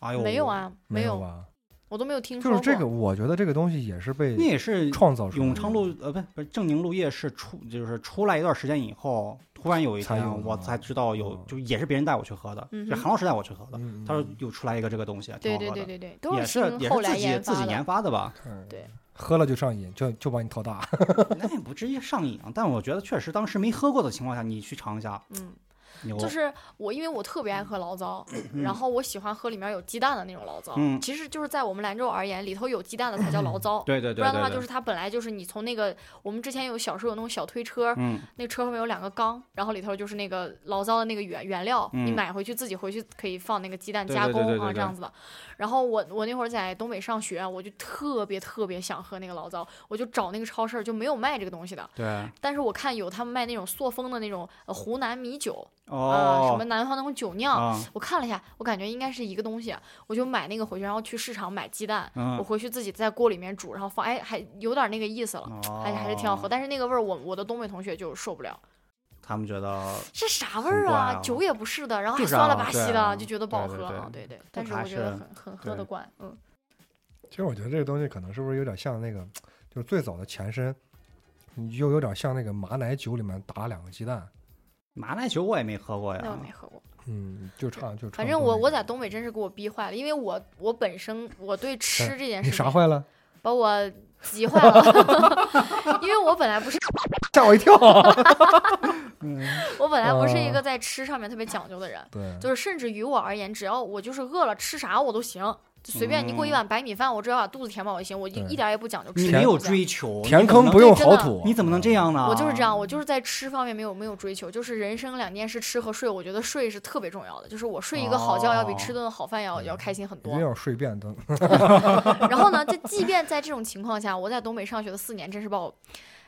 A: 哎呦，
B: 没有，啊，
C: 没
B: 有，
C: 吧？
B: 我都没有听
C: 就
B: 说
C: 是
B: 过。
C: 这个，我觉得这个东西也是被
A: 那也是
C: 创造出来的。
A: 永昌路呃不是不是正宁路夜市出就是出来一段时间以后，突然有一
C: 才有的
A: 天我
C: 吗
A: 才知道有
C: 嗯，
A: 就也是别人带我去喝的，
B: 嗯哼
A: 是韩老师带我去喝的。
C: 嗯，嗯
A: 他说有出来一个这个东西，挺
B: 对
A: 好
B: 对
A: 喝
B: 对
A: 的，
B: 对对，都
A: 也
B: 新
A: 是也
B: 后
A: 是
B: 来
A: 自己
B: 研
A: 自己
B: 发的。
A: 研发的吧？
C: 嗯
B: 对
C: 喝了就上瘾，就就把你掏 大。
A: 那也不至于上瘾，啊但我觉得确实当时没喝过的情况下，你去尝一下
B: 嗯，
A: 牛。
B: 就是我，因为我特别爱喝醪糟，然后我喜欢喝里面有鸡蛋的那种醪糟。
A: 嗯
B: 其实就是在我们兰州而言，里头有鸡蛋的才 叫醪糟。
A: 对对对对对，
B: 不然的话，就是它本来就是你从那个我们之前有小时候有那种小推车，
A: 嗯
B: 那个车后面有两个缸，然后里头就是那个醪糟的那个原原料，
A: 嗯
B: 你买回去自己回去可以放那个鸡蛋
A: 对
B: 加
A: 对
B: 工
A: 对对对
B: 啊
A: 对
B: 这样子的。然后我我那会儿在东北上学，我就特别特别想喝那个醪糟，我就找那个超市就没有卖这个东西的，
A: 对
B: 但是我看有他们卖那种塑封的那种呃湖南米酒啊、什
A: 哦
B: 么南方那种酒酿。
A: 啊
B: 我看了一下，我感觉应该是一个东西，我就买那个回去，然后去市场买鸡蛋，我
A: 嗯
B: 回去自己在锅里面煮，然后放，哎，还有点那个意思了，
A: 哦，
B: 还还是挺好喝。。但是那个味儿我，我的东北同学就受不了，
A: 他们觉得
B: 这啥味儿
A: 很怪
B: 啊
A: 啊？
B: 酒也不是的，然后还
A: 就是
B: 酸了
A: 啊
B: 吧
A: 对
B: 唧
A: 啊
B: 的，就觉得不好
A: 对
B: 喝
A: 对
B: 啊。
A: 对
B: 对对，但是
A: 还
B: 我觉得
A: 是
B: 很很喝得
A: 对
B: 惯，嗯，
C: 其实我觉得这个东西可能是不是有点像那个，就是最早的前身，又有点像那个马奶酒里面打两个鸡蛋。
A: 马奶酒我也没喝过
B: 那我
A: 呀，
B: 没喝过。
C: 嗯，就差就差不多那个。
B: 反正我我在东北真是给我逼坏了，因为我我本身我对吃这件
C: 你
B: 事
C: 啥
B: 情
C: 坏了？
B: 把我急坏了， 因为我本来不是
C: 吓我一跳。
A: 嗯
B: 我本来不是一
C: 啊
B: 个在吃上面特别讲究的人，
C: 对，
B: 就是甚至于我而言，只要我就是饿了，吃啥我都行，就随便你给我一碗白米饭，我只要把肚子填饱就行，我一
C: 对
B: 一点儿也不讲究吃。
A: 你没有，追求，你怎
C: 填
A: 么
C: 坑
A: 能
C: 不用
B: 真的
C: 好土。
A: 你怎么能这？样呢？
B: 我就是这样，我就是在吃方面没有没有追求，就是人生两件事，吃和睡，我觉得睡是特别重要的，就是我睡一个好觉要比
A: 哦
B: 吃顿好饭要要开心很
C: 一
B: 多
C: 定。要睡便灯。
B: 然后呢，这即便在这种情况下，我在东北上学的四年，真是把我，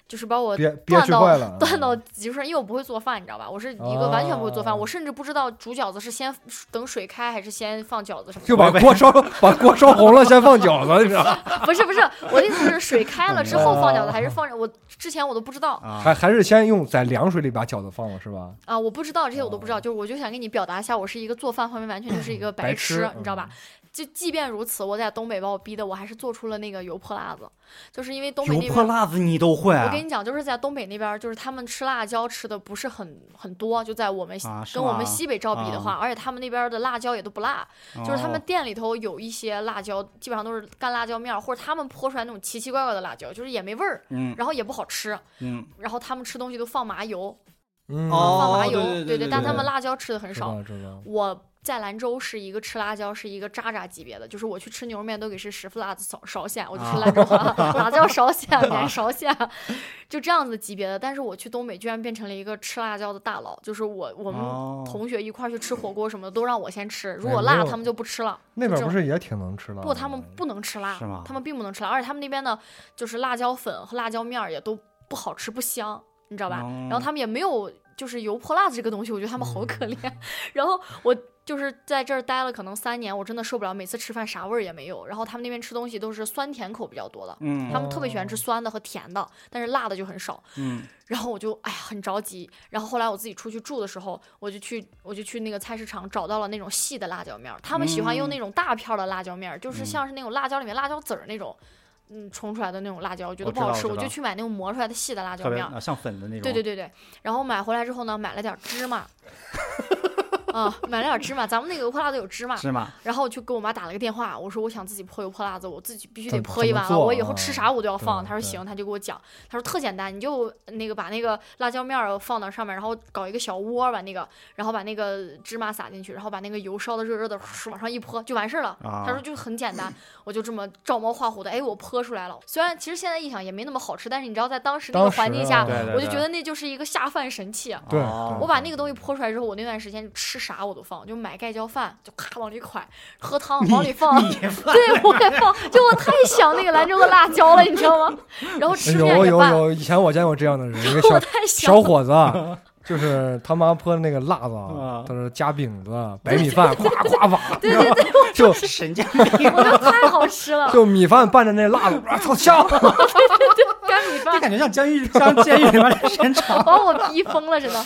B: 就是把我
C: 憋憋
B: 呃断
C: 屈
B: 到
C: 坏
A: 嗯
C: 了啊，
B: 断到极致，因为我不会做饭，你知道吧？我是一个完全不会做饭，
C: 哦
B: 我甚至不知道煮饺子是先等水开还是先放饺子什么的。
C: 就把锅烧把锅烧红了，先放饺子，你知道吗？
B: 不是不是，我的意思是水开了之后放饺子，
C: 哦
B: 还是放着？我之前我都不知道
A: 啊
C: 还，还是先用在凉水里把饺子放了是吧？
B: 啊，我不知道这些我都不知道，
C: 哦
B: 就是我就想跟你表达一下，我是一个做饭方面完全就是一个白
C: 白痴
B: 你知道吧？
A: 嗯
B: 就即便如此，我在东北把我逼的，我还是做出了那个油泼辣子，就是因为东北
A: 油
B: 那
A: 泼
B: 边。
A: 辣子你都会啊
B: 我跟你讲，就是在东北那边儿，就是他们吃辣椒吃的不是很很多，就在我们西、
A: 啊是
B: 跟我
A: 吗嗯
B: 们西北照比的话，而且他们那边儿的辣椒也都不辣，就是他们
A: 哦
B: 店里头有一些辣椒，基本上都是干辣椒面儿，或者他们泼出来那种奇奇怪怪的辣椒，就是也没味儿，
A: 嗯
B: 然后也不好吃，
A: 嗯
B: 然后他们吃东西都放麻油，
C: 嗯
A: 哦
B: 放麻
A: 对
B: 油，
A: 对对对对嗯
B: 但他
C: 对
B: 们辣椒吃的很
C: 知
B: 少。
C: 道知道。
B: 我在兰州是一个吃辣椒是一个渣渣级别的，就是我去吃牛肉面都给是十副辣子勺勺馅，我就吃兰州
A: 啊
B: 话 辣椒勺馅，免勺馅，就这样子级别的。但是我去东北居然变成了一个吃辣椒的大佬，就是我我们
A: 哦
B: 同学一块儿去吃火锅什么的都让我先吃，如
C: 哎
B: 果
C: 没
B: 辣
C: 有
B: 他们就不吃了。
C: 那
B: 就
C: 边
B: 这
C: 不
B: 种
C: 是也挺能吃辣的吗？
B: 不，他们不能吃辣，
A: 啊是吗
B: 他们并不能吃辣，而且他们那边呢，就是辣椒粉和辣椒面儿也都不好吃，不香，你知道吧？
A: 哦
B: 然后他们也没有就是油泼辣子这个东西，我觉得他们好可怜。
A: 嗯
B: 然后我就是在这儿待了可能三年，我真的受不了，每次吃饭啥味儿也没有。然后他们那边吃东西都是酸甜口比较多的，
A: 嗯
B: 他们特别喜欢吃酸的和甜的，但是辣的就很少。
A: 嗯
B: 然后我就哎呀很着急，然后后来我自己出去住的时候，我就去我就去那个菜市场找到了那种细的辣椒面儿，他们喜欢
A: 嗯
B: 用那种大片儿的辣椒面儿，就是像是那种辣椒里面辣椒籽儿那种，嗯，冲出来的那种辣椒，我觉得
A: 我
B: 不
A: 知
B: 好
A: 道
B: 吃，
A: 我
B: 我
A: 知
B: 就
A: 道
B: 去买那种磨出来的细的辣椒
A: 特别
B: 面儿。
A: 呃像粉的那种，
B: 对对对对，然后买回来之后呢，买了点儿芝麻， 啊，买了点儿芝麻，咱们那个油泼辣子有芝麻，
A: 是吗？
B: 然后我就给我妈打了个电话，我说我想自己泼油泼辣子，我自己必须得
C: 怎
B: 泼一碗
C: 怎
B: 啊，
C: 么做
B: 我以后吃啥我都要放。
C: 啊
B: 她说
C: 对
B: 行，她就给我讲，她说特简单，你就那个把那个辣椒面儿放到上面，然后搞一个小窝儿把那个，然后把那个芝麻撒进去，然后把那个油烧的热热的，唰往上一泼就完事儿了。
A: 啊
B: 她说就很简单，我就这么照猫画虎的，哎，我泼出来了。虽然其实现在一想也没那么好吃，但是你知道在当时那个
C: 当时
B: 环境下，
C: 啊
A: 对对
B: 我就觉得那就是一个下饭神器。啊
C: 对
A: 哦
B: 我把那个东西泼出来之后，我那段时间吃啥我都放，就买盖浇饭就咔往里蒯，喝汤往里放， 对我也 放，就我太想那个兰州的辣椒了，你知道吗？然后吃面
C: 有
B: 也
C: 哎有
B: 拌，
C: 有，以前我见过这样的人，一个
B: 我
C: 小
B: 太想
C: 小
B: 了，
C: 伙子啊，就是他妈泼的那个辣子
A: 啊
C: 他说加饼子、啊白米饭，夸夸哇，对对对，就
A: 神经病，
B: 我觉得太好吃了，
C: 就米饭拌着那辣子，啊哇，操香！
B: 干 米
A: 这
B: 饭
A: 感觉像监 狱，像监狱里面的神肠。
B: 把我逼疯了，真的。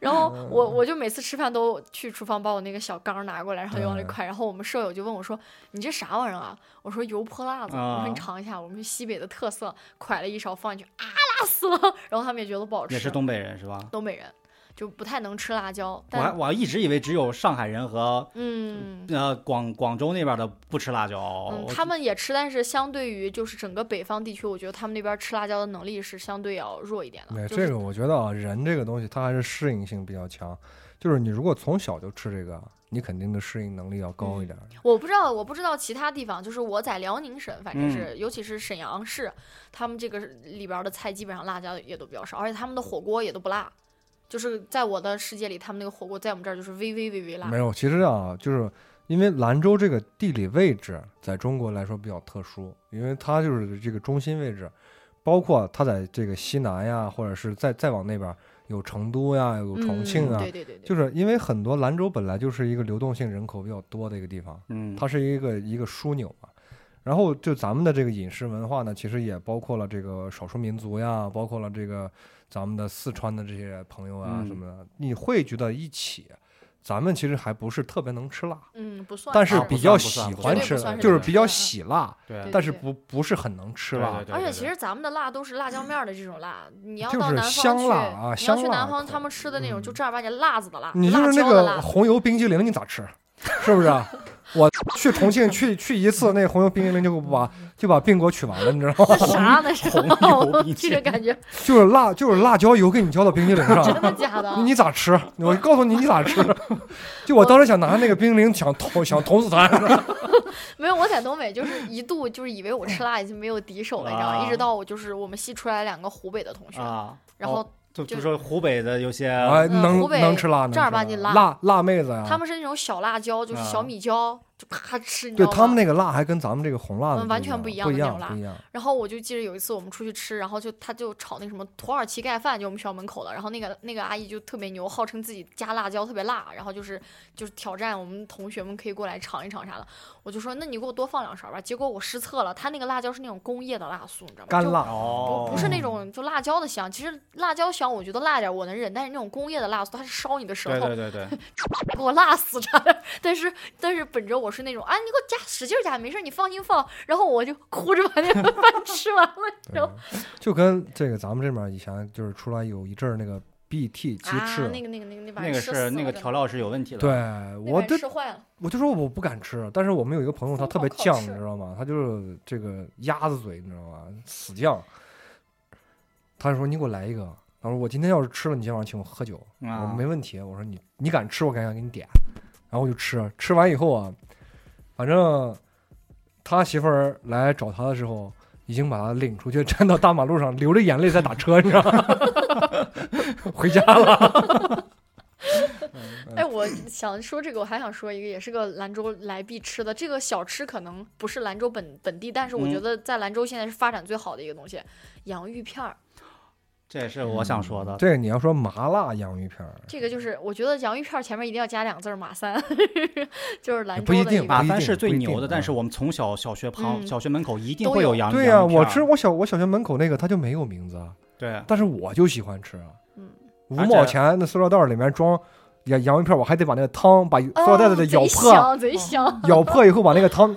B: 然后我我就每次吃饭都去厨房把我那个小缸拿过来，然后就往里快。然后我们舍友就问我说：“你这啥玩意儿啊？”我说：“油泼辣子。”我
A: 啊
B: 说：“你尝一下，我们西北的特色。”蒯了一勺放进去，啊，辣死了。 然后他们也觉得不好 吃，
A: 也是东北人是吧？
B: 东北人，就不太能吃辣椒。
A: 我还
B: 但
A: 我还一直以为只有上海人和
B: 嗯。
A: 呃广广州那边的不吃辣椒。
B: 嗯，他们也吃，但是相对于就是整个北方地区，我觉得他们那边吃辣椒的能力是相对要弱一点的。
C: 对，
B: 就是
C: 哎这个我觉得啊，人这个东西它还是适应性比较强，就是你如果从小就吃这个，啊你肯定的适应能力要高一点儿。
B: 我不知道，我不知道其他地方，就是我在辽宁省，反正
A: 嗯
B: 是、尤其是沈阳市，他们这个里边儿的菜基本上辣椒也都比较少，而且他们的火锅也都不辣。就是在我的世界里，他们那个火锅在我们这儿就是微微微微辣
C: 没。有，其实啊，就是因为兰州这个地理位置在中国来说比较特殊，因为它就是这个中心位置，包括它在这个西南呀，或者是再再往那边儿有成都呀，有重庆
B: 嗯、
C: 啊，
B: 对对对对，
C: 就是因为很多兰州本来就是一个流动性人口比较多的一个地方，
A: 嗯，
C: 它是一个一个枢纽嘛。然后就咱们的这个饮食文化呢，其实也包括了这个少数民族呀，包括了这个咱们的四川的这些朋友啊
A: 嗯
C: 什么的，你汇聚到一起，咱们其实还不是特别能吃辣，
B: 嗯不算，
C: 但是
A: 啊
C: 比
A: 不
C: 较
A: 算不算
C: 喜
A: 不
C: 欢
A: 算
C: 吃
A: 绝对不算，是
C: 就是
A: 这
C: 比
B: 样
C: 较
B: 嗯
C: 喜辣，
A: 对
B: 对
C: 但是不不是很能吃辣。
B: 而且其实咱们的辣都是辣椒面儿的这种辣，你要
C: 就
B: 到
C: 是
B: 南
C: 香
B: 方去，
C: 辣啊
B: 你要
C: 香
B: 去
C: 辣
B: 南方，
C: 口
B: 他们吃的那种
C: 嗯
B: 就正儿八经辣子的辣，
C: 你就是
B: 辣
C: 那
B: 椒的
C: 个
B: 辣，
C: 红油冰激凌，你咋吃？ 是不是啊？我去重庆去去一次，那红油冰激凌就把就把病给我取完了，你知道吗？
B: 啥呢？是吧？
A: 红油
B: 我
A: 冰淇
B: 这
A: 淋
B: 个感觉
C: 就是辣就是辣椒油给你浇到冰激凌上，
B: 真的假的？
C: 你 咋吃？我告诉你你咋吃。就我当时想拿那个冰激凌想捅想捅 死他，
B: 没有，我在东北就是一度就是以为我吃辣已经没有敌手了，你知道吗？
A: 啊
B: 一直到我就是我们系出来两个湖北的同学，
A: 啊，
B: 然后
A: 哦就
B: 就
A: 就说湖北的有些
C: 哎，能
B: 嗯湖北
C: 能吃辣，能吃
B: 正儿八经辣
C: 辣辣妹子呀。
B: 他们是那种小辣椒，就是小米椒，就咔吃，你知
C: 啊对
B: 道吗？
C: 他们那个辣还跟咱们这个红辣子
B: 嗯完全
C: 不
B: 不
C: 一
B: 一
C: 样，
B: 样
C: 不
B: 的那
C: 一
B: 种
C: 样，
B: 辣
C: 不一样。
B: 然后我就记得有一次我们出去吃，然后就他就炒那个什么土耳其盖饭，就我们学校门口的。然后那个那个阿姨就特别牛，号称自己加辣椒特别辣，然后就是就是挑战我们同学们可以过来尝一尝啥的。我就说那你给我多放两勺吧。结果我失策了，他那个辣椒是那种工业的辣素，你知道吗？
C: 干
B: 就
C: 辣
A: 哦
B: 不，不是那种就辣椒的香，其实辣椒香我觉得辣点儿我能忍，但是那种工业的辣素它是烧你的舌
A: 对
B: 头，
A: 对对对，
B: 给我辣死差点儿。 但是但是本着我是那种啊，你给我加使劲儿加，没事儿你放心放，然后我就哭着把那个饭吃完了，你知
C: 对
B: 道吗？
C: 就跟这个咱们这边以前就是出来有一阵儿那个 BT 鸡翅
B: 啊，，那个那个那个那把
A: 那个是那个调料是有问题的。
C: 对，
B: 我
C: 我这
B: 吃坏了，
C: 我就说我不敢吃，但是我们有一个朋友他特别犟，你知道吗？他就是这个鸭子嘴，你知道吗？死犟。他就说你给我来一个，他说我今天要是吃了，你今天晚上请我喝酒，我
A: 啊
C: 说没问题。我说你你敢吃，我敢想给你点。然后我就吃，吃完以后啊，反正他媳妇儿来找他的时候，已经把他领出去，站到大马路上，流着眼泪在打车，你知道吗？ 回家了。
A: 嗯
B: 哎，我想说这个，我还想说一个，也是个兰州来必吃的这个小吃，可能不是兰州本本地，但是我
A: 嗯
B: 觉得在兰州现在是发展最好的一个东西，洋芋片儿。
A: 这也是我想说的。
C: 这个嗯你要说麻辣洋芋片儿，
B: 这个就是，我觉得洋芋片儿前面一定要加两个字儿“马三”， 就是兰
C: 也
B: 州
C: 不
B: 的
C: 一
B: 一
C: 定
B: 个
C: 吧
A: 马
C: 不一
A: 三
C: 定
A: 是最
C: 不一定
A: 牛的，但
C: 啊
A: 是我们从小小学旁、
B: 嗯
A: 小学门口一定
B: 都
A: 会有
B: 有
A: 洋
C: 对呀、
A: 呀、
C: 我吃我小我小学门口那个，他就没有名字，啊，
A: 对
C: 但是我就喜欢吃啊。
B: 嗯，
C: 五
A: 而且
C: 毛钱那塑料袋儿里面装洋洋芋片儿，我还得把那个汤把塑料袋子的咬 破，
B: 哦、
A: 嗯
B: 贼香，贼香。
C: 咬破以后把那 个汤，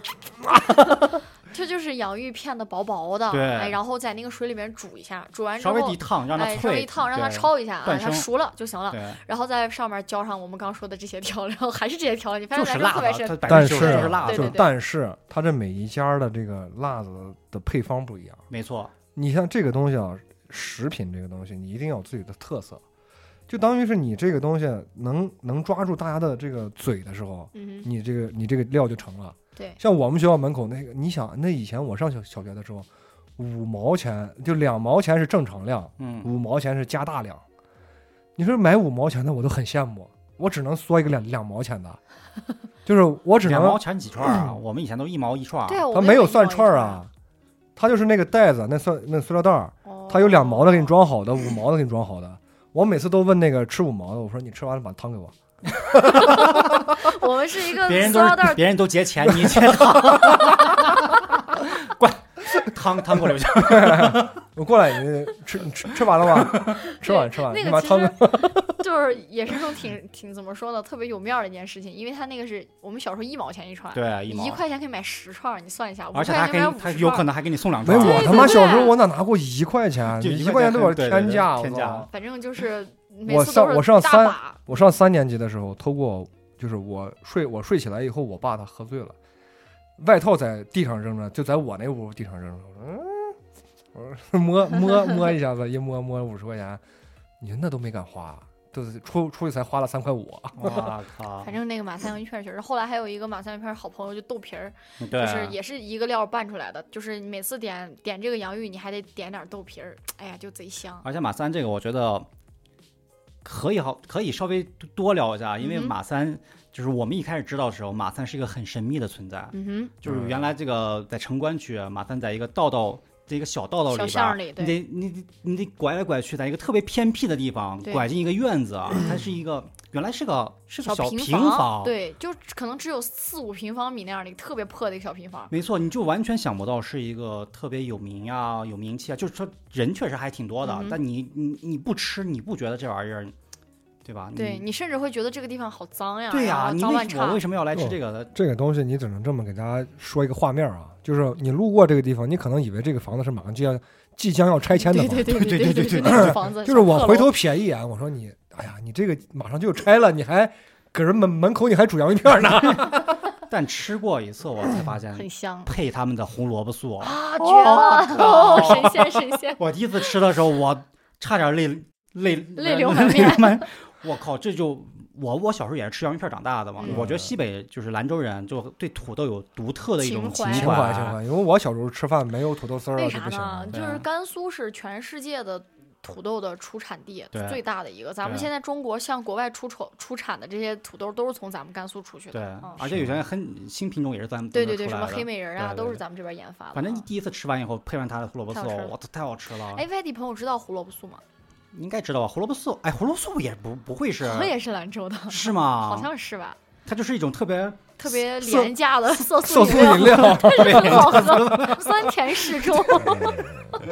B: 这就是洋芋片的薄薄的，
A: 对
B: 哎，然后在那个水里面煮一下，煮完之
A: 稍
B: 后
A: 微一烫让它
B: 哎，稍微
A: 脆，
B: 一烫，让它
A: 对。
B: 焯一下，啊，
A: 断
B: 它
A: 生
B: 熟了就行了。
A: 对，
B: 然后在上面浇上我们刚说的这些调料， 还是这些调料，你发
A: 就
B: 现
A: 是
B: 兰州
A: 辣
B: 特
A: 的，
B: 别
A: 它
B: 深。
A: 百
C: 但
A: 分
C: 是
A: 之九十是辣的，
B: 对
C: 就
B: 对
C: 是但是它这每一家的这个辣子的配方不一样。
A: 没错。
C: 你像这个东西啊，食品这个东西，你一定要有自己的特色，就当于是你这个东西能能抓住大家的这个嘴的时候，
B: 嗯哼，
C: 你这个你这个料就成了。
B: 对
C: 像我们学校门口那个，你想那以前我上小小学的时候，五毛钱就两毛钱是正常量，
A: 嗯，
C: 五毛钱是加大量。你说买五毛钱的我都很羡慕，我只能缩一个两两毛 钱的，就是我只
A: 两毛
C: 能嗯
A: 钱几串儿啊？我们以前都一毛一串儿。
B: 对啊，我
C: 它
B: 们也
C: 有
B: 一
C: 算
B: 毛一
C: 串儿，啊，它就是那个袋子那塑那塑料袋儿，
B: 哦
C: 它有两毛的给你，装好的，五毛的给你装好的。我每次都问那个吃五毛的，我说你吃完了把汤给我。
B: 我们是一 个
A: 别人
B: 塑
A: 都
B: 料袋
A: 是
B: 儿，
A: 别人都结钱，你结糖， 滚，汤汤过来就行。
C: 我过来，你吃你吃吃完了 吗？吃完吃完，
B: 那
C: 你
B: 个
C: 把
B: 其
C: 汤给
B: 实 就是也是种挺挺怎么说呢，特别有面儿的一件事情，因为它那个是我们小时候一毛钱一串，
A: 对，一
B: 你一
A: 毛，
B: 块钱可以买十串儿，你算一下，五
A: 而
B: 块
A: 且他
B: 钱
A: 还给
B: 买
A: 你，
B: 五
A: 他
B: 十
A: 有可
B: 串儿，
A: 能还给你送两
C: 没
A: 张
C: 有，
A: 啊。
C: 我
B: 对
C: 他妈
B: 对
C: 小时候我哪拿过一块钱？啊
A: 就
C: 一
A: 块
C: 钱
A: 钱
C: 都有
A: 对对
C: 天
A: 对
C: 价，
A: 天
C: 我
A: 价
C: 靠
B: 反正就是每
C: 我
B: 次
C: 上
B: 都是
C: 我上
B: 大
C: 三
B: 把，
C: 我上三年级的时候，偷过，就是我睡我睡起来以后，我爸他喝醉了，外套在地上扔着，就在我那屋地上扔着。我说，嗯，我说摸摸摸一下子，一摸摸五十块钱，你说那都没敢花，都是出出去才花了三块五。啊
A: 我啊靠
B: 反，正那个马三阳一片儿确实，后来还有一个马三阳一片儿好朋友就豆皮儿，
A: 对
B: 就
A: 啊，
B: 是也是一个料儿拌出来的，就是每次点点这个洋芋，你还得点点儿豆皮儿，哎呀就贼香。
A: 而且马三这个，我觉得可以好，可以稍微多聊一下，因为
B: 嗯哼
A: 马三就是我们一开始知道的时候，马三是一个很神秘的存在，
B: 嗯
A: 就是原来这个在城关区，啊马三在一个道道。这一个小道道里边
B: 小巷
A: 儿，
B: 里
A: 你
B: 对
A: 得你得你得拐来拐去，在一个特别偏僻的地方，
B: 对
A: 拐进一个院子 啊，它是一个原来是个是
B: 哼，
A: 个
B: 小
A: 平
B: 房，对，就可能只有四五平方米那样的一个特别破的一个小平房。
A: 没错，你就完全想不到是一个特别有名啊、有名气啊，就是说人确实还挺多的，
B: 嗯哼
A: 但你你你不吃，你不觉得这玩意儿，对吧？
B: 对你甚至会觉得这个地方好脏呀，
A: 嗯对呀、
B: 呀、
A: 你
B: 脏
A: 为
B: 乱
A: 什我
B: 差
A: 为。什么要来吃这个呢？
C: 这个东西你只能这么给大家说一个画面啊，就是你路过这个地方，你可能以为这个房子是马上就要即将要拆迁的
B: 对
C: 房子
B: 对，对
A: 对
B: 对
A: 对 对
B: 对那种房子
C: 就是我
B: 小
C: 回
B: 破楼
C: 头瞥一眼，我说你，哎呀，你这个马上就拆了，你还搁人门门口你还煮洋芋片呢，
A: 但吃过一次，我才发
B: 很
A: 现
B: 香
A: 配他们的红萝卜素，，
B: 啊，绝了，神仙神仙
A: 我第一次吃的时候，我差点泪泪
B: 泪流满面
A: 泪流满 我靠，这就我我小时候也是吃洋芋片长大的嘛。
B: 嗯
A: 我觉得西北就是兰州人，就对土豆有独特的一种
B: 情
A: 情
B: 怀
A: 怀。
C: 情怀情怀，因为我小时候吃饭没有土豆丝儿
B: 为
C: 啊，就
B: 啥
C: 不行
B: 呢
C: 了。？
A: 对
B: 就
A: 啊
B: 是甘肃是全世界的土豆的出产地
A: 对
B: 最大的一个，咱们
A: 对啊
B: 现在中国向国外出口出产的这些土豆都是从咱们甘肃出去
A: 对啊
B: 的，嗯，
A: 而且有些很新品种也是咱们
B: 对
A: 这
B: 对
A: 边
B: 对，
A: 出
B: 什
A: 来
B: 么
A: 的
B: 黑美人啊，
A: 对对
B: 都是
A: 对
B: 咱们这边研发的。
A: 反正
B: 嗯
A: 第一次吃完以后，配上它的胡萝卜
B: 太
A: 素，
B: 好吃了
A: 我操，太好吃了！
B: 哎，，外地朋友知道胡萝卜素吗？
A: 你应该知道吧？胡萝卜素，哎，胡萝卜素也不不会是啊
B: 我也是 兰州的，
A: 是吗？
B: 好像是吧？
A: 它就是一种特别
B: 特别
A: 色
B: 廉价的色素
C: 色素饮
B: 料，
C: 料
B: 很 好喝，酸甜适中，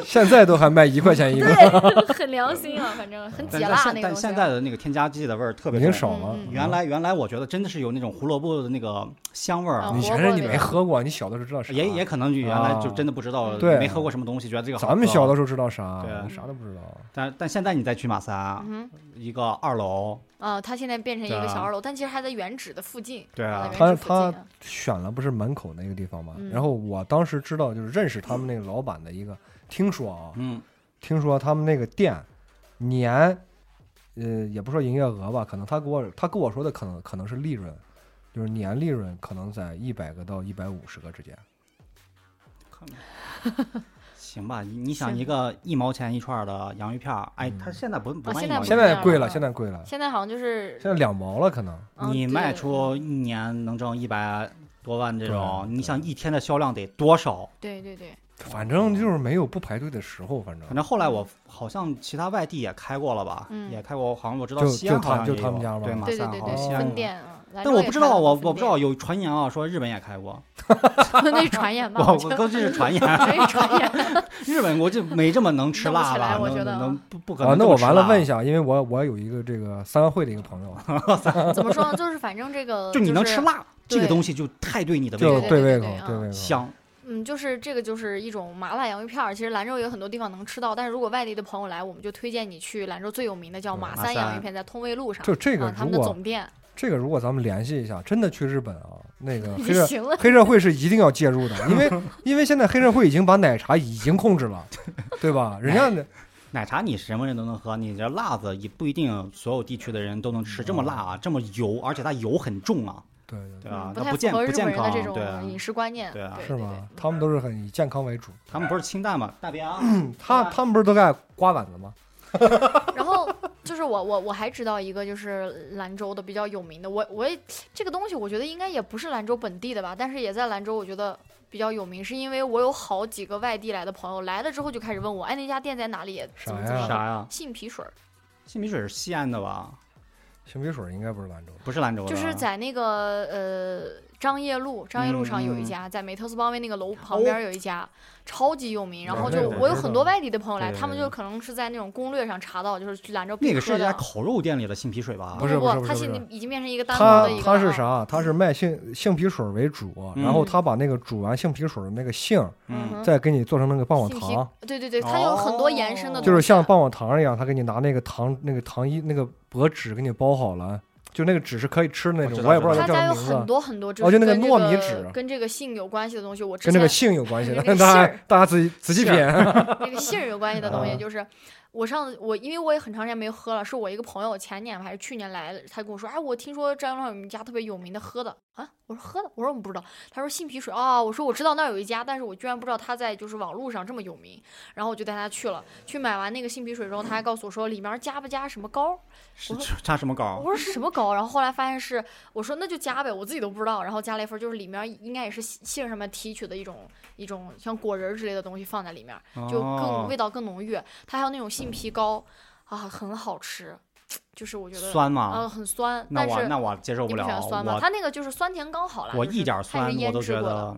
C: 现在都还卖一块钱一个，
B: 对，很良心啊，反正很
A: 但
B: 解
A: 是
B: 辣
A: 现
B: 那个
A: 但
B: 东西啊
A: 现。在的那个添加剂的味儿特
C: 已
A: 别
C: 经
A: 重。
C: 少了
B: 嗯。
A: 原来原来我觉得真的是有那种胡萝卜的那个香味儿，
B: 啊
C: 你全是你没喝过，你小的时候知道啥？
A: 也也可能就原来就真的不知道，
B: 啊
C: 对
A: 没喝过什么东西，觉得这个好喝
C: 咱们小的时候知道啥
A: 对啊？
C: 啥都不知道。
A: 但但现在你再去马三，
B: 嗯
A: 一个二楼，
B: 哼，啊，它现在变成一个
A: 啊对啊
B: 小二楼，但其实还在原址的附近。
A: 对啊
B: 啊，在
C: 它
B: 原址附近
C: 它
B: 啊
C: 选了不是门口那个地方吗
B: 嗯？
C: 然后我当时知道，就是认识他们那个老板的一个，听说啊，
A: 嗯，
C: 听说他们那个店年，呃，也不说营业额吧，可能他给我他跟我说的可能可能是利润，就是年利润可能在一百个到一百五十个之间。
A: 行吧，你你想
B: 行
A: 一个一毛钱一串儿的洋芋片儿，哎
C: 嗯，
A: 它现在不不卖
B: 哦现
A: 一
B: 在
A: 毛钱
B: 不
C: 现
A: 一串
B: 这
C: 在
A: 儿，
B: 样
C: 贵
B: 了
C: 了，现在贵了，
B: 现在好像就是
C: 现在两毛了可能。
B: 嗯
A: 你
B: 对
A: 卖出一年能挣一百多万这种，
C: 对啊
A: 你想一天的销量得多少？
B: 对对对，
C: 反正就是没有不排队的时候，反正
A: 反正后来我好像其他外地也开过了吧，
B: 嗯
A: 也开过，好像我知道
C: 就
A: 西安
C: 就他
A: 好像
C: 就
A: 也
C: 他们
A: 有
C: 家吧
A: 对马
B: 对对
A: 三
B: 对
A: 好像西
B: 对，
A: 安
B: 分
A: 有
B: 店啊，兰
A: 但
B: 州
A: 我
B: 也
A: 不知
B: 开
A: 道，
B: 了
A: 我
B: 分
A: 我不知
B: 店
A: 道，有传言啊，说日本也 开过，
B: 那是传言吧？
A: 我
B: 觉
A: 我
B: 得
A: 估计是传言，
B: 那是传言。
A: 日本我就没这么能吃
B: 弄不
A: 辣
B: 起来
A: 吧？
B: 我
A: 能
B: 觉得
A: 能能不不可
C: 啊
A: 能，这
C: 那
A: 么
C: 我
A: 吃
C: 完了
A: 辣
C: 问一下，因为我我有一个这个三合会的一个朋友，
B: 怎么说呢？就是反正这个
A: 就你能吃
B: 是
A: 辣这个
B: 对
A: 东西就太对你的
C: 就
A: 胃
B: 对
A: 口
B: 对对
C: 胃口
B: 对，
C: 对
B: 啊
C: 胃口。
A: 香，
B: 嗯，就是这个就是一种麻辣洋芋片儿。其实兰州有很多地方能吃到，但是如果外地的朋友来，我们就推荐你去兰州最有名的叫
C: 对
B: 马
A: 马
B: 三洋
A: 三
B: 芋片，在通渭路上，
C: 就这个
B: 啊，他们
C: 如
B: 的
C: 果
B: 总 店
C: 这个如果咱们联系一下，真的去日本啊，那个黑
B: 就
C: 社
B: 行了。
C: 黑社会是一定要介入的，因为因为现在黑社会已经把奶茶已经控制了，对吧？人家的
A: 奶茶你什么人都能喝，你这辣子也不一定所有地区的人都能吃，这么辣啊，这么油，而且它油很重啊，
C: 对对
A: 对吧
B: 嗯？
A: 那
B: 太符
A: 健
B: 合
A: 不
B: 日本
A: 健
B: 人的
A: 康
B: 这，
A: 对啊
B: 种饮食观念，
A: 对啊
C: 是吗？他们都是很以健康为主，
A: 他们不是清淡嘛，大便啊，
C: 他他们不是都爱刮碗子吗？
B: 然后就是我我我还知道一个就是兰州的比较有名的，我我也这个东西我觉得应该也不是兰州本地的吧，但是也在兰州我觉得比较有名，是因为我有好几个外地来的朋友来了之后就开始问我，哎那家店在哪里？
C: 啥
B: 怎么怎么
C: 呀
B: 样？
A: 啥呀？
B: 杏皮水儿，
A: 杏皮水是西安的吧？
C: 杏皮水应该不是兰州的，
A: 不是兰州的，
C: 啊
B: 就是在那个呃张掖路，张掖路上
C: 嗯
B: 有一家，在美特斯邦威那个楼
C: 哦
B: 旁边有一家，超级有名。然后
A: 对
B: 就
A: 对
B: 我有
C: 知
B: 很
C: 道
B: 多外地的朋友来，
A: 对对
B: 他们
A: 对
B: 就可能是在那种攻略上查到，就是去兰州必
A: 那个是
B: 喝
A: 一家
B: 的。
A: 烤肉店里的杏皮水吧？
C: 不是
B: 不
C: 不是
B: 它
C: 不是
B: 现在
C: 不是
B: 已经变成一个单独
C: 他
B: 的一个
C: 他
B: 了
C: 是
B: 啊？
C: 啥？他是卖杏杏皮水为主，然后
B: 嗯
C: 他把那个煮完杏皮水的那个杏，
A: 嗯，
B: 嗯哼，
C: 再给你做成那个棒棒
B: 信
C: 糖，
B: 息对对对，它有很多延伸的
A: 哦
B: 东西，啊
C: 就是像棒棒糖一样，他给你拿那个糖那个糖衣那个薄纸给你包好了，就那个纸是可以吃的那
A: 我知
C: 种，
A: 道
C: 我也不知道
B: 他
C: 它叫
B: 家有
C: 什么名
B: 很
C: 字，
B: 多很多这，
C: 哦就那个
B: 跟
C: 糯米
B: 这
C: 纸
B: 个跟这个杏有关系的东西。我之
C: 跟那个
B: 前
C: 杏有关系的，
B: 跟那个
C: 大
B: 杏
C: 家
B: 儿
C: 大家自己仔细
A: 杏儿
C: 品。
B: 那个杏儿有关系的东西，
C: 啊
B: 就是我上次我因为我也很长时间没喝了，是我一个朋友前年还是去年来了，他跟我说，哎，我听说张家有一家特别有名的喝的啊，我说喝的，我说我们不知道，他说杏皮水啊，我说我知道那儿有一家，但是我居然不知道他在就是网络上这么有名，然后我就带他去了，去买完那个杏皮水之后，他还告诉我说里面加不加什么膏儿，
A: 是
B: 我
A: 差什么膏？
B: 我说是什么膏？然后后来发现是，我说那就加呗，我自己都不知道。然后加了一份，就是里面应该也是杏杏上面提取的一种一种像果仁儿之类的东西放在里面，就更、
A: 哦
B: 味道更浓郁。它还有那种杏皮糕啊，很好吃，就是我觉得
A: 酸
B: 啊、
A: 吗？
B: 很酸，
A: 那
B: 但
A: 我
B: 是
A: 那我接受
B: 你
A: 不
B: 不喜
A: 了，
B: 欢酸吗？
A: 我
B: 它那个就是酸甜刚好啦，
A: 我
B: 就是
A: 一点儿
B: 它也
A: 酸
B: 是
A: 我
B: 腌
A: 都
B: 制
A: 觉
B: 过的。
A: 得，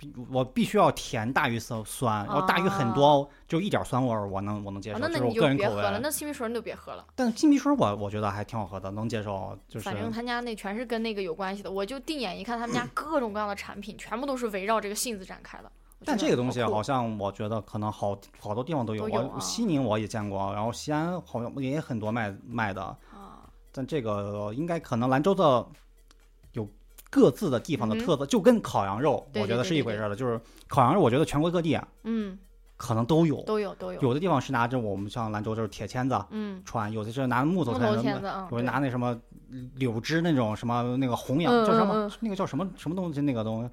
A: 必我必须要甜大于酸酸，要大于很
B: 啊
A: 多，就一点酸味儿我能我能接
B: 啊
A: 受，，
B: 那
A: 这
B: 那
A: 是我
B: 你就
A: 个人
B: 别
A: 口
B: 喝了，
A: 味。
B: 那杏皮水你就别喝了。
A: 但杏皮水我我觉得还挺好喝的，能接受，就是
B: 反正他家那全是跟那个有关系的，我就定眼一看，他 们家各种各样的产品，全部都是围绕这个杏字展开的。我觉
A: 但
B: 得
A: 这个东西啊
B: 酷
A: 好像我觉得可能好好多地方都有，
B: 都有啊
A: 我西宁我也见过，然后西安好像也很多卖卖的，
B: 啊，
A: 但这个应该可能兰州的有各自的地方的
B: 嗯哼
A: 特色，就跟烤羊肉
B: 对
A: 我觉
B: 对
A: 得
B: 对
A: 是一
B: 对
A: 回
B: 对
A: 事儿的，就是烤羊肉我觉得全国各地啊
B: 嗯，
A: 可能都有，
B: 都有都有，
A: 有的地方是拿着我们像兰州就是铁签子
B: 嗯，
A: 穿，有的是拿木头
B: 木
A: 穿
B: 头
A: 的。
B: 签子啊，
A: 有
B: 对
A: 的拿那什么柳枝那种什么那个红羊
B: 嗯
A: 叫什
B: 嗯
A: 么
B: 嗯？
A: 那个叫什么什么东西？那个东西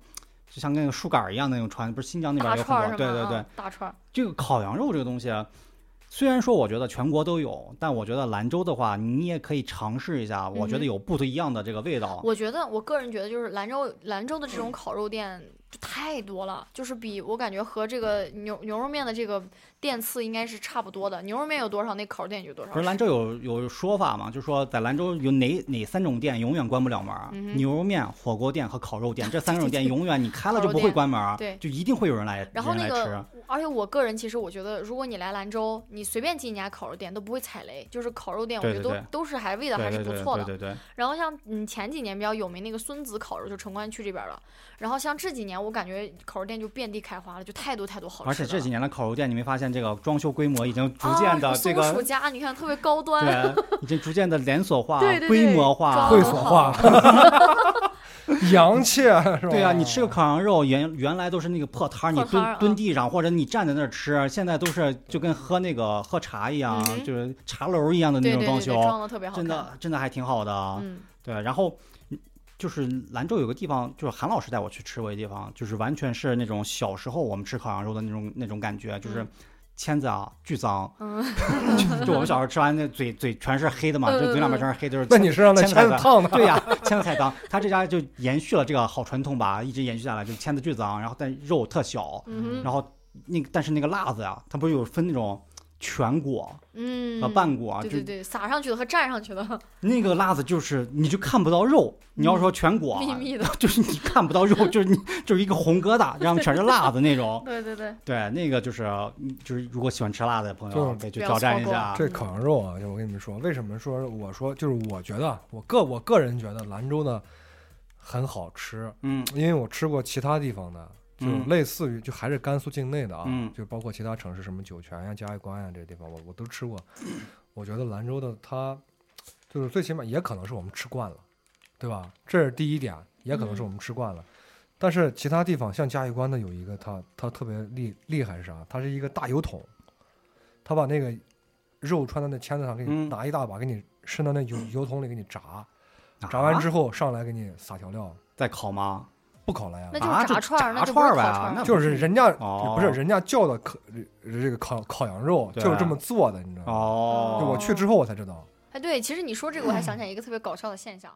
A: 就像那个树杆儿一样那种穿，不是新疆那边
B: 大
A: 有很
B: 串儿
A: 多。
B: 是
A: 对
B: 吗
A: 对对
B: 啊，大串儿，
A: 这个烤羊肉这个东西，啊虽然说我觉得全国都有，但我觉得兰州的话，你也可以尝试一下，我觉
B: 嗯哼
A: 得有不一样的这个味道。
B: 我觉得我个人觉得就是兰州兰州的
A: 嗯
B: 这种烤肉店就太多了，就是比我感觉和这个牛牛肉面的这个店次应该是差不多的，牛肉面有多少，那烤肉店就有多少。
A: 不是兰州有有说法嘛，就说在兰州有哪哪三种店永远关不了门儿、
B: 嗯哼
A: 牛肉面、火锅店和烤肉店，这三种店永远你开了 就不会关门儿，
B: 对
A: 就一定会有人来，
B: 然后那
A: 人来吃啊
B: 个。，而且我个人其实我觉得，如果你来兰州，你随便进一家烤肉店都不会踩雷，就是烤肉店我
A: 对
B: 觉得
A: 对
B: 都
A: 对
B: 都是还味道
A: 对
B: 还是
A: 对
B: 不
A: 对
B: 错的
A: 对。对对，
B: 然后像嗯前几年比较有名那个孙子烤肉，就城关区这边儿的。然后像这几年，我感觉烤肉店就遍地开花了，就太多太多好吃的。
A: 而且这几年的烤肉店，你没发现这个装修规模已经逐渐的
B: 啊、
A: 这
B: 松鼠
A: 个、
B: 家，你看特别高端，
A: 对，已经逐渐的连锁化、
B: 对对对
A: 规模化、
B: 装
C: 会所化， 洋气啊是吧？
A: 对啊呀、你吃个烤羊肉，原原来都是那个破摊儿，你
B: 破摊儿
A: 蹲蹲
B: 嗯
A: 地上或者你站在那儿吃，现在都是就跟喝那个喝茶一样
B: 嗯，哼
A: 就是茶楼一样的那
B: 对
A: 种
B: 对
A: 装
B: 对，
A: 修，
B: 装的特别好看，
A: 真的啊真的还挺好的。啊
B: 嗯，
A: 对，然后嗯就是兰州有个地方，就是韩老师带我去吃过一地方，就是完全是那种小时候我们吃烤羊肉的那种那种感觉，就是
B: 嗯
A: 签子啊巨脏，
B: 嗯
A: 就我们小时候吃完那嘴嘴全是黑的嘛，
B: 嗯
A: 就嘴两边
B: 嗯
A: 全是黑，就是
C: 那你身上的
A: 签子
C: 签子烫的，
A: 对呀、签子太脏，他这家就延续了这个好传统吧，一直延续下来，就签子巨脏，然后但肉特小，
B: 嗯哼
A: 然后那个但是那个辣子呀、它不是有分那种全裹
B: 嗯
A: 和半裹啊，
B: 对对对，撒上去的和 蘸上去的，
A: 就那个辣子就是你就看不到肉，你
B: 嗯
A: 要说全裹啊、
B: 密密的，
A: 就是你看不到肉，就是你就是一个红疙瘩，然后全是辣子那种。
B: 对对对，
A: 对，那个就是就是如果喜欢吃辣的朋友
C: 就
A: 可以去
B: 不要
A: 挑战一
B: 错过
A: 下。
C: 这烤羊肉啊，就我跟你们说，为什么说我说就是我觉得啊我个我个人觉得兰州的很好吃，
A: 嗯
C: 因为我吃过其他地方的，就
A: 嗯
C: 类似于就还是甘肃境内的啊，
A: 嗯
C: 就包括其他城市什么酒泉呀、嘉峪关呀这些地方，我我都吃过。
A: 嗯
C: 我觉得兰州的它就是最起码也可能是我们吃惯了，对吧？这是第一点，也可能是
A: 嗯
C: 我们吃惯了。但是其他地方像嘉峪关的有一个它，它特别厉厉害是啥？它是一个大油桶，它把那个肉穿在那签子上，给你
A: 嗯
C: 拿一大把，给你伸到那 油油桶里给你炸，炸
A: 啊
C: 完之后上来给你撒调料，
A: 再烤吗？
C: 不烤了呀
B: 那。就
A: 啊
B: 是炸
A: 就
B: 串儿，那
A: 炸
B: 就不是
A: 串儿呗
B: 烤串
A: 那
B: 儿，
C: 就是人家
A: 哦
C: 不是人家叫的烤这个烤烤羊肉
A: 对啊
C: 就是这么做的，你知道吗？
A: 哦，
C: 就我去之后我才知道，
B: 哎，对，其实你说这个，我还想起来一个特别搞笑的现象，